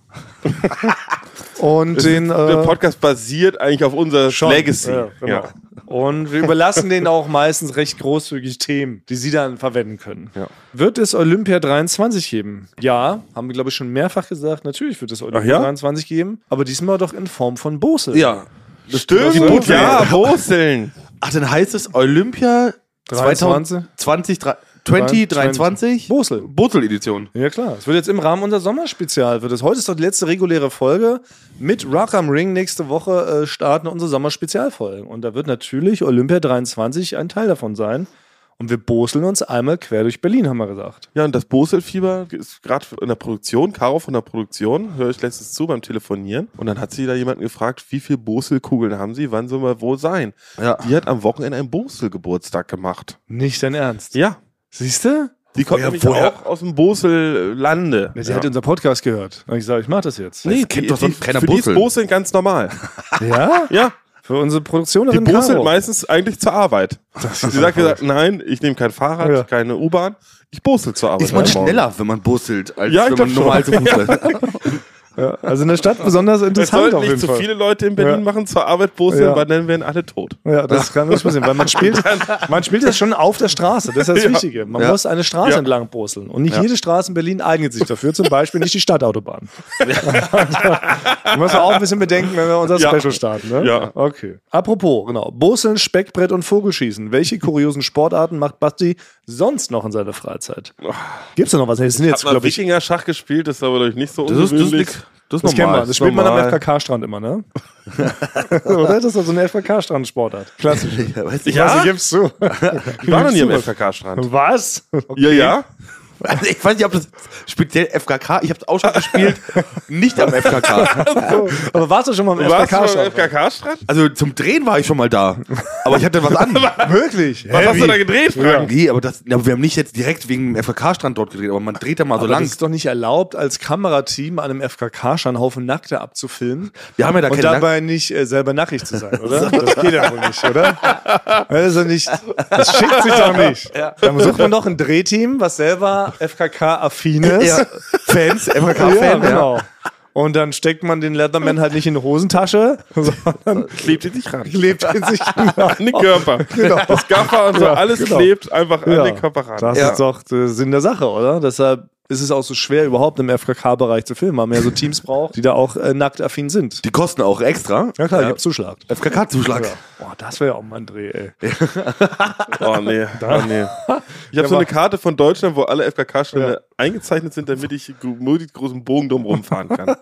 S2: und den.
S3: Der
S2: Äh,
S3: Podcast basiert eigentlich auf unserer Legacy.
S2: Ja, genau. Und wir überlassen denen auch meistens recht großzügig Themen, die sie dann verwenden können.
S3: Ja.
S2: Wird es Olympia 23 geben? Ja, haben wir, glaube ich, schon mehrfach gesagt. Natürlich wird es Olympia
S3: ja?
S2: 23 geben, aber diesmal doch in Form von Bose.
S1: Ja.
S3: Stimmt,
S2: Die Boseln.
S3: ja, Boseln.
S1: Ach, dann heißt es Olympia
S2: 23?
S1: 20, 2023?
S2: Bosel.
S1: Botel-Edition.
S2: Ja klar, es wird jetzt im Rahmen unser Sommerspezial. Wird es. Heute ist doch die letzte reguläre Folge. Mit Rock am Ring nächste Woche äh, starten unsere Sommerspezialfolgen. Und da wird natürlich Olympia 23 ein Teil davon sein. Und wir boseln uns einmal quer durch Berlin, haben wir gesagt.
S3: Ja, und das Boselfieber ist gerade in der Produktion, Caro von der Produktion, höre ich letztens zu beim Telefonieren. Und dann hat sie da jemanden gefragt, wie viele Boselkugeln haben sie, wann sollen wir wo sein?
S1: Ja.
S3: Die hat am Wochenende einen Bosel-Geburtstag gemacht.
S2: Nicht dein Ernst.
S3: Ja.
S2: Siehst du?
S3: Die kommt
S1: Woher-
S3: nämlich
S1: woher-
S3: auch aus dem Bosel-Lande.
S2: Sie hat unser Podcast gehört. Und ich sage, ich mache das jetzt.
S3: Nee,
S1: Das kennt doch sonst keiner
S3: für die ist
S1: Boseln.
S3: Boseln ganz normal.
S2: Ja?
S3: Ja,
S2: Für unsere
S3: die
S2: Produktionerin
S3: Boseln
S2: Caro.
S3: meistens eigentlich zur Arbeit. Sie sagt, gesagt, nein, ich nehme kein Fahrrad,
S2: Ja.
S3: keine U-Bahn, ich Bosel zur Arbeit.
S1: Ist man
S3: am Morgen.
S1: schneller, wenn man bustelt, als
S3: Ja, ich
S1: wenn man
S3: glaub
S1: normal zu Fuß läuft.
S2: Ja, also in der Stadt besonders
S3: Das
S2: interessant
S3: sollten
S2: auf jeden
S3: nicht zu
S2: Fall.
S3: viele Leute in Berlin
S2: Ja.
S3: machen zur Arbeit Boseln,
S2: Ja.
S3: weil dann wären alle tot.
S2: Ja, das kann nicht passieren, weil man spielt, man spielt das schon auf der Straße. Das ist das Wichtige. Man
S1: Ja.
S2: muss eine Straße
S3: Ja.
S2: entlang brosseln. Und nicht jede Straße in Berlin eignet sich dafür, zum Beispiel nicht die Stadtautobahn. <laughs> Da müssen wir auch ein bisschen bedenken, wenn wir unser
S3: Ja.
S2: Special starten. Ne?
S3: Ja.
S2: Okay. Apropos, genau. Boseln, Speckbrett und Vogelschießen. Welche kuriosen Sportarten macht Basti sonst noch in seiner Freizeit? Gibt's da noch was? Das sind jetzt,
S3: Hat mal
S2: glaube ich,
S3: Wikinger Schach gespielt, das ist aber glaube ich nicht so
S1: Das ist, das ist,
S3: ungewöhnlich.
S1: nix- das ist
S2: das kennt
S1: normal.
S2: man. Das spielt man am
S3: normal.
S2: FKK-Strand immer, ne? <laughs> Oder? Das ist also eine FKK-Strand-Sportart. Klassisch.
S1: <laughs> Ja, weiß ich.
S3: Ja?
S2: Also gibst du.
S3: Ich war noch nie am
S2: Gibst du was?
S3: FKK-Strand.
S2: Was?
S3: Ja, ja.
S1: Also ich weiß nicht, ob das speziell FKK, ich habe es auch schon gespielt, nicht am FKK.
S2: Aber warst du schon mal im
S3: Warst du beim
S2: FKK-Shop?
S3: FKK-Strand?
S1: Also zum Drehen war ich schon mal da, aber ich hatte was anderes.
S2: Wirklich?
S3: Was hast du da
S2: Heavy.
S3: gedreht, Frank?
S1: Nee, aber, das, aber wir haben nicht jetzt direkt wegen dem FKK-Strand dort gedreht, aber man dreht da mal so
S2: Aber
S1: lang.
S2: das ist doch nicht erlaubt, als Kamerateam an einem FKK-Shop einen Haufen Nackte abzufilmen.
S1: Wir haben ja da
S2: und
S1: keine Nack-
S2: dabei nicht äh, selber nackig zu sein, oder? <laughs> Das geht ja wohl nicht, oder? <laughs> Also nicht, das schickt sich doch nicht. Dann sucht man doch ein Drehteam, was selber FKK-affin ist.
S1: Ja, Fans, FKK-Fan.
S2: <laughs> Ja,
S1: Ja,
S2: genau. Und dann steckt man den Leatherman halt nicht in die Hosentasche, <laughs> sondern
S3: Klebt ihn nicht ran.
S2: klebt in sich
S3: An den Körper. Das Gaffer und so,
S2: Ja,
S3: alles
S2: genau.
S3: klebt einfach
S2: Ja.
S3: an den Körper ran.
S2: Das
S1: Ja.
S2: ist doch der Sinn der Sache, oder? Deshalb ist es auch so schwer, überhaupt im FKK-Bereich zu filmen, weil man ja so Teams braucht, die da auch äh, nacktaffin sind.
S1: Die kosten auch extra.
S2: Ja klar, ja. gibt's Zuschlag.
S1: FKK-Zuschlag.
S2: Ja. Boah, das wäre ja auch mal ein Dreh, ey.
S3: Oh nee, oh, nee. Ich habe so eine Karte von Deutschland, wo alle FKK-Strände eingezeichnet sind, damit ich gro- möglichst großen Bogen drumherum fahren kann.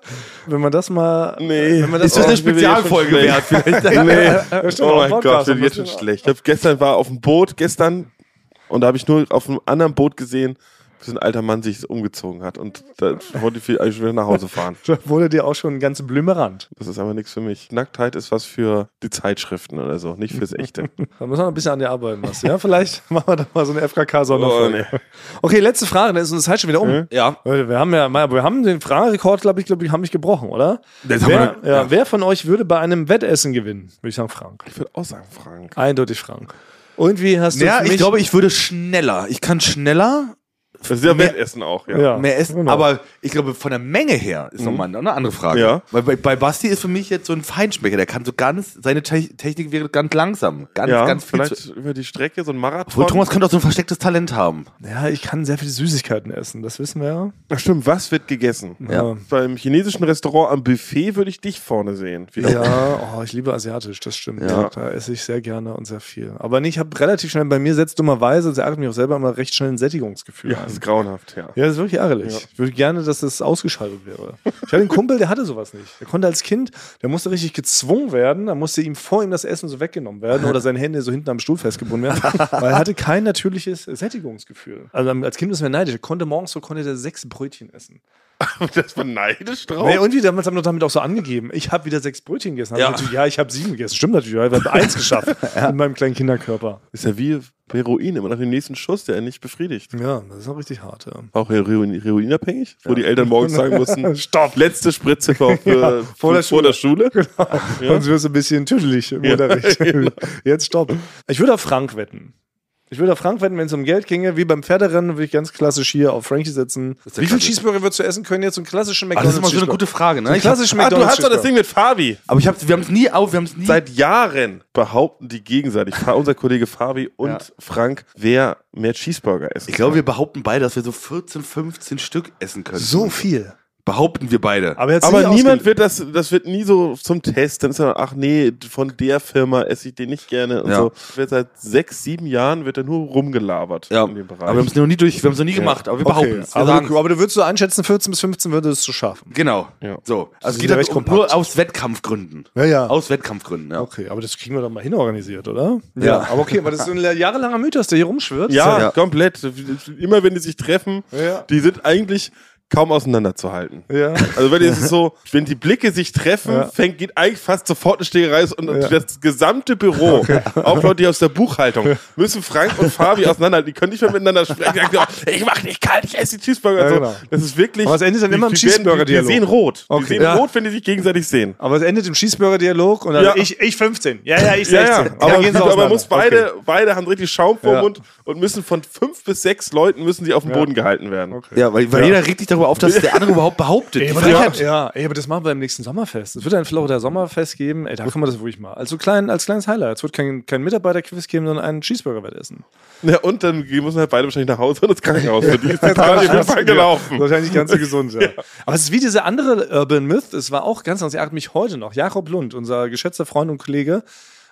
S2: Wenn man das mal... <laughs>
S3: Nee.
S2: Wenn man
S1: Ist das
S2: Oh,
S1: eine
S3: ich bin jetzt schon
S1: Spezialfolge
S3: schlecht.
S1: wert? Vielleicht?
S3: Nee.
S2: stimmt,
S3: Oh
S2: auch
S3: mein
S2: Podcast, da
S3: Gott, wird jetzt schon
S2: müssen wir-
S3: schlecht. Ich hab gestern war auf dem Boot, gestern, und da habe ich nur auf einem anderen Boot gesehen, dass ein alter Mann sich umgezogen hat. Und da wollte ich viel- eigentlich schon wieder nach Hause fahren.
S2: Da wurde dir auch schon ein ganzer Blümerand.
S3: Das ist aber nichts für mich. Nacktheit ist was für die Zeitschriften oder so, nicht fürs Echte.
S2: Da müssen wir noch ein bisschen an dir arbeiten, was. Ja, vielleicht <laughs> machen wir da mal so eine FKK-Sonderfolge.
S3: Oh, nee.
S2: Okay, letzte Frage, dann ist uns Zeit schon wieder um.
S3: Hm?
S1: Ja.
S2: Leute, wir haben ja, Meier, wir haben den Fragenrekord, glaube ich, glaube ich, haben nicht gebrochen, oder?
S1: Das haben
S2: Wer,
S1: wir-
S2: ja,
S1: ja.
S2: wer von euch würde bei einem Wettessen gewinnen? Würde ich sagen, Frank.
S3: Ich würde auch sagen, Frank.
S2: Eindeutig Frank. Irgendwie hast du
S1: Ja,
S2: für
S1: ich
S2: mich-
S1: glaube, ich würde schneller. Ich kann schneller
S3: Das ist ja
S1: Mehr-
S3: Wettessen auch, ja.
S2: ja,
S1: mehr essen,
S2: genau. Mhm.
S1: aber ich glaube, von der Menge her ist nochmal eine andere Frage.
S3: Ja.
S1: Weil bei, bei Basti ist für mich jetzt so ein Feinschmecker, der kann so ganz, seine Te Technik wäre ganz langsam. Ganz,
S3: Ja,
S1: ganz viel.
S3: vielleicht
S1: zu-
S3: über die Strecke, so ein
S1: Obwohl,
S3: Marathon.
S1: Thomas könnte auch so ein verstecktes Talent haben.
S2: ja, ich kann sehr viele Süßigkeiten essen, das wissen wir ja.
S3: Ach stimmt, was wird gegessen?
S1: Ja.
S3: Beim chinesischen Restaurant am Buffet würde ich dich vorne sehen. Wieder.
S2: Ja, oh, ich liebe asiatisch, das stimmt.
S1: Ja.
S2: Da esse ich sehr gerne und sehr viel. Aber nee, ich habe relativ schnell, bei mir setzt dummerweise, das ärgert mich auch selber immer recht schnell ein Sättigungsgefühl
S3: Ja,
S2: ein.
S3: das ist grauenhaft, ja.
S2: Ja, das ist wirklich ärgerlich. Ich würde gerne, dass das ausgeschaltet wäre. Ich hatte einen Kumpel, der hatte sowas nicht. Der konnte als Kind, der musste richtig gezwungen werden, da musste ihm vor ihm das Essen so weggenommen werden oder seine Hände so hinten am Stuhl festgebunden <laughs> werden, weil er hatte kein natürliches Sättigungsgefühl. Also als Kind ist man neidisch. Er konnte morgens so, konnte der sechs Brötchen essen.
S3: <laughs> Das war neidisch drauf.
S2: Oh. Nee, und wie damals haben wir damit auch so angegeben. Ich habe wieder sechs Brötchen gegessen. Ja,
S1: Ja.
S2: ich, ja, ich habe sieben gegessen. Stimmt natürlich, weil wir haben <laughs> eins geschafft in meinem kleinen Kinderkörper.
S3: Ist ja wie Heroin, immer nach dem nächsten Schuss, der nicht befriedigt.
S2: Ja, das ist auch richtig hart. Ja.
S3: Auch Heroin, heroinabhängig, wo die Eltern morgens sagen mussten,
S2: Stopp!
S3: letzte Spritze vor, für,
S2: vor der
S3: vor der Schule.
S2: Sonst wirst du ein bisschen tüdelig im Unterricht.
S1: <laughs>
S2: Jetzt stopp. Ich würde auf Frank wetten. Ich würde auf Frank wetten, wenn es um Geld ginge. Wie beim Pferderennen würde ich ganz klassisch hier auf Frankie setzen.
S1: ist der
S2: Wie viel
S1: Klassiker.
S2: Cheeseburger würdest du essen können jetzt? So einen klassischen
S1: Ah, das ist
S2: McDonald's
S1: immer so eine gute Frage, ne? Ich hab,
S2: klassischen
S3: Ah, du hast doch das
S2: McDonald's
S3: Ding mit Fabi.
S1: aber ich hab, wir haben es nie auf, wir haben es nie.
S3: Seit Jahren behaupten die gegenseitig, Fa- unser Kollege Fabi und
S1: Ja.
S3: Frank, wer mehr Cheeseburger essen
S1: ich glaube, wir behaupten beide, dass wir so 14, 15 Stück essen können.
S2: So viel.
S1: Behaupten wir beide.
S2: Aber, jetzt
S3: Aber
S2: nie
S3: niemand
S2: ausgele-
S3: wird das, das wird nie so zum Test. Dann ist er, ach nee, von der Firma esse ich den nicht gerne und
S1: Ja.
S3: so. Wird seit sechs, sieben Jahren wird er nur rumgelabert
S1: ja.
S3: in dem Bereich.
S1: Aber wir haben es noch nie durch, wir haben es noch nie gemacht, aber wir
S2: Okay,
S1: behaupten es. Wir
S2: aber,
S1: sagen's.
S2: du, aber du würdest so einschätzen, 14 bis 15 würdest du es schaffen.
S1: Genau.
S3: Ja.
S1: So. Also es
S2: sind
S1: geht
S2: ja
S1: halt
S2: recht
S1: um,
S2: kompakt.
S1: nur aus Wettkampfgründen.
S2: Ja, ja.
S1: Aus Wettkampfgründen, ja.
S2: Okay, aber das kriegen wir doch mal hinorganisiert, oder?
S1: Ja.
S2: aber okay, weil das ist so ein jahrelanger Mythos, der hier rumschwirrt.
S3: ja,
S1: Ja.
S3: komplett. Immer wenn die sich treffen,
S2: Ja.
S3: die sind eigentlich kaum auseinanderzuhalten.
S2: Ja.
S3: Also wenn es ist so, wenn die Blicke sich treffen,
S2: Ja.
S3: fängt geht eigentlich fast sofort eine Stegerei aus und und
S2: Ja.
S3: das gesamte Büro, auch Leute die aus der Buchhaltung, müssen Frank und Fabi auseinanderhalten. Die können nicht mehr
S2: <laughs>
S3: miteinander sprechen. Die sagen, so, ich mach nicht kalt, ich esse die Cheeseburger.
S2: Ja,
S3: so.
S2: genau.
S3: Das ist wirklich.
S2: Aber es endet dann
S3: die-
S2: immer im
S3: die werden-
S2: Cheeseburger-Dialog.
S3: Die, die sehen rot.
S2: Okay.
S3: Die sehen
S2: Ja.
S3: rot, wenn die sich gegenseitig sehen.
S2: Aber es endet im Cheeseburger-Dialog und dann
S3: Ja.
S2: ich, ich 15. Ja, ja, ich 16.
S3: Ja, ja.
S2: Dann
S3: Aber,
S2: gehen sie
S3: aber man
S2: auseinander.
S3: muss
S2: Okay.
S3: beide, beide haben richtig Schaum vor
S2: Ja.
S3: Mund und müssen von fünf bis sechs Leuten müssen sie auf den Boden gehalten werden.
S1: Ja, weil, weil jeder regt sich darüber auf, dass der andere überhaupt behauptet.
S2: Ey,
S1: Die
S2: aber ja.
S1: Frechheit.
S2: ja, ey, aber das machen wir beim nächsten Sommerfest. Es wird ein Florida Sommerfest geben. Ey, da können wir das ruhig mal. Also klein, als kleines Highlight. Es wird kein, kein Mitarbeiterquiz geben, sondern einen Cheeseburger essen.
S3: Ja, und dann müssen halt beide wahrscheinlich nach Hause und ins Krankenhaus. <laughs> Für die ist die Party auf jeden Fall gelaufen.
S2: Wahrscheinlich ganz so <laughs> gesund, ja. Aber es ist wie diese andere Urban Myth. Es war auch ganz anders. Er hat mich heute noch. Jakob Lund, unser geschätzter Freund und Kollege,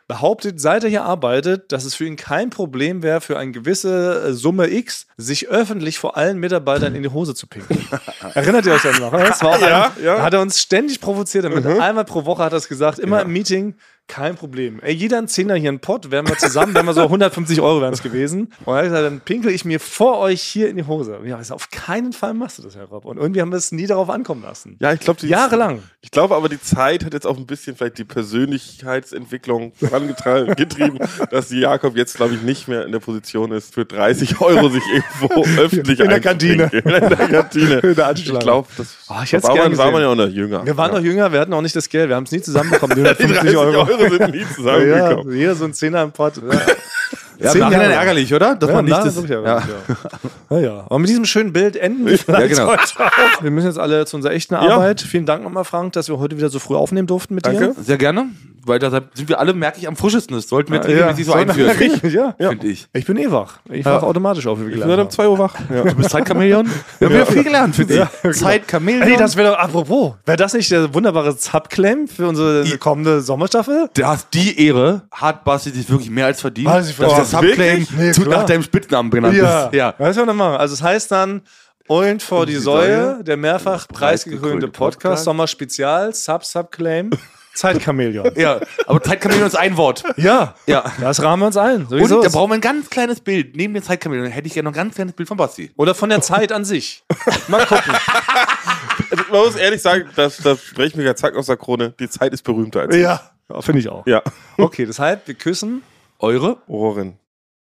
S2: behauptet, seit er hier arbeitet, dass es für ihn kein Problem wäre, für eine gewisse äh, Summe X sich öffentlich vor allen Mitarbeitern in die Hose zu pinkeln. <laughs> Erinnert ihr euch an noch? ne? Mhm. Das war auch
S3: Ja,
S2: ein,
S3: ja.
S2: Hat er uns ständig provoziert damit. Einmal pro Woche hat er es gesagt, immer im Meeting. Kein Problem. Ey, jeder ein Zehner hier ein Pott, wären wir zusammen, wären wir so 150 Euro wären es gewesen. Und dann, hab ich gesagt, dann pinkel ich mir vor euch hier in die Hose. Und ich hab gesagt, auf keinen Fall machst du das, Herr Rob. Und irgendwie haben wir es nie darauf ankommen lassen.
S3: Ja, ich glaube,
S2: Jahrelang.
S3: Ich glaube aber, die Zeit hat jetzt auch ein bisschen vielleicht die Persönlichkeitsentwicklung <laughs> vorangetrieben, dass Jakob jetzt, glaube ich, nicht mehr in der Position ist, für 30 Euro sich <laughs> irgendwo öffentlich
S2: In der
S3: einzubringen.
S2: Kantine.
S3: <laughs> In der Kantine.
S2: In der Anschlange.
S3: ich glaube, das
S2: Ah, ich hätt's
S3: war,
S2: gern
S3: man, war
S2: gesehen.
S3: man ja auch noch jünger.
S2: Wir waren
S3: ja.
S2: noch jünger, wir hatten auch nicht das Geld, wir haben es nie
S1: <laughs>
S2: zusammenbekommen, die
S3: Die
S2: 150
S3: 30
S2: Euro.
S3: Euro sind nie
S2: Ja,
S3: zusammengekommen.
S2: jeder so ein Zehner im Pott. Ja.
S1: Ja,
S2: Zehn
S1: im Nachhinein
S2: Jahre.
S1: ärgerlich, oder? Dass man nicht
S2: na,
S1: das,
S2: wirklich ärgerlich, ja. Ja, ja. Aber mit diesem schönen Bild enden wir
S1: Ja,
S2: vielleicht
S1: genau.
S2: heute auch. Wir müssen jetzt alle zu unserer echten Arbeit. Vielen Dank nochmal, Frank, dass wir heute wieder so früh aufnehmen durften mit
S3: Danke.
S2: dir.
S1: Sehr gerne, weil da sind wir alle, merke ich, am frischesten. Das sollten wir jetzt
S2: Ja,
S1: regelmäßig so einführen,
S2: Richtig, <laughs> ja.
S1: finde ich.
S2: Ich bin eh wach. Ich wach automatisch auf, wie wir
S3: Wir sind
S2: gelernt
S3: um
S2: haben.
S3: 2 Uhr wach. Ja.
S1: Du bist Zeitchamäleon? Wir haben wieder viel gelernt für dich. Zeitchamäleon.
S2: genau. Ey, das wäre doch, apropos, wäre das nicht der wunderbare Subclaim für unsere kommende Sommerstaffel?
S1: das, die Ehre hat Basti sich wirklich mehr als verdient,
S2: Hat er sich
S1: dass
S2: verdient.
S1: das Subclaim
S2: Wirklich? Nee,
S1: zu,
S2: klar.
S1: nach deinem Spitznamen benannt ist.
S2: Ja. Weißt du, was wir machen? Also, es heißt dann Eulen vor die Säue, der mehrfach preisgekrönte
S3: preisgekrönte
S2: Podcast,
S3: Podcast.
S2: Sommerspezial, Sub-Subclaim, Zeitchamäleon.
S1: <laughs> ja. Aber Zeitchamäleon ist ein Wort.
S2: Ja,
S1: Ja.
S2: das rahmen wir uns ein. So wie
S1: Und
S2: so
S1: da
S2: ist.
S1: brauchen wir ein ganz kleines Bild. Neben dem Zeitchamäleon hätte ich gerne noch ein ganz kleines Bild von Basti.
S2: Oder von der Zeit an sich. Mal gucken.
S3: Also, man muss ehrlich sagen, das, das spreche ich mir ganz zack aus der Krone. Die Zeit ist berühmter als ich.
S2: ja, finde ich auch.
S3: Ja.
S2: Okay, deshalb, wir küssen.
S1: Eure?
S3: Ohren.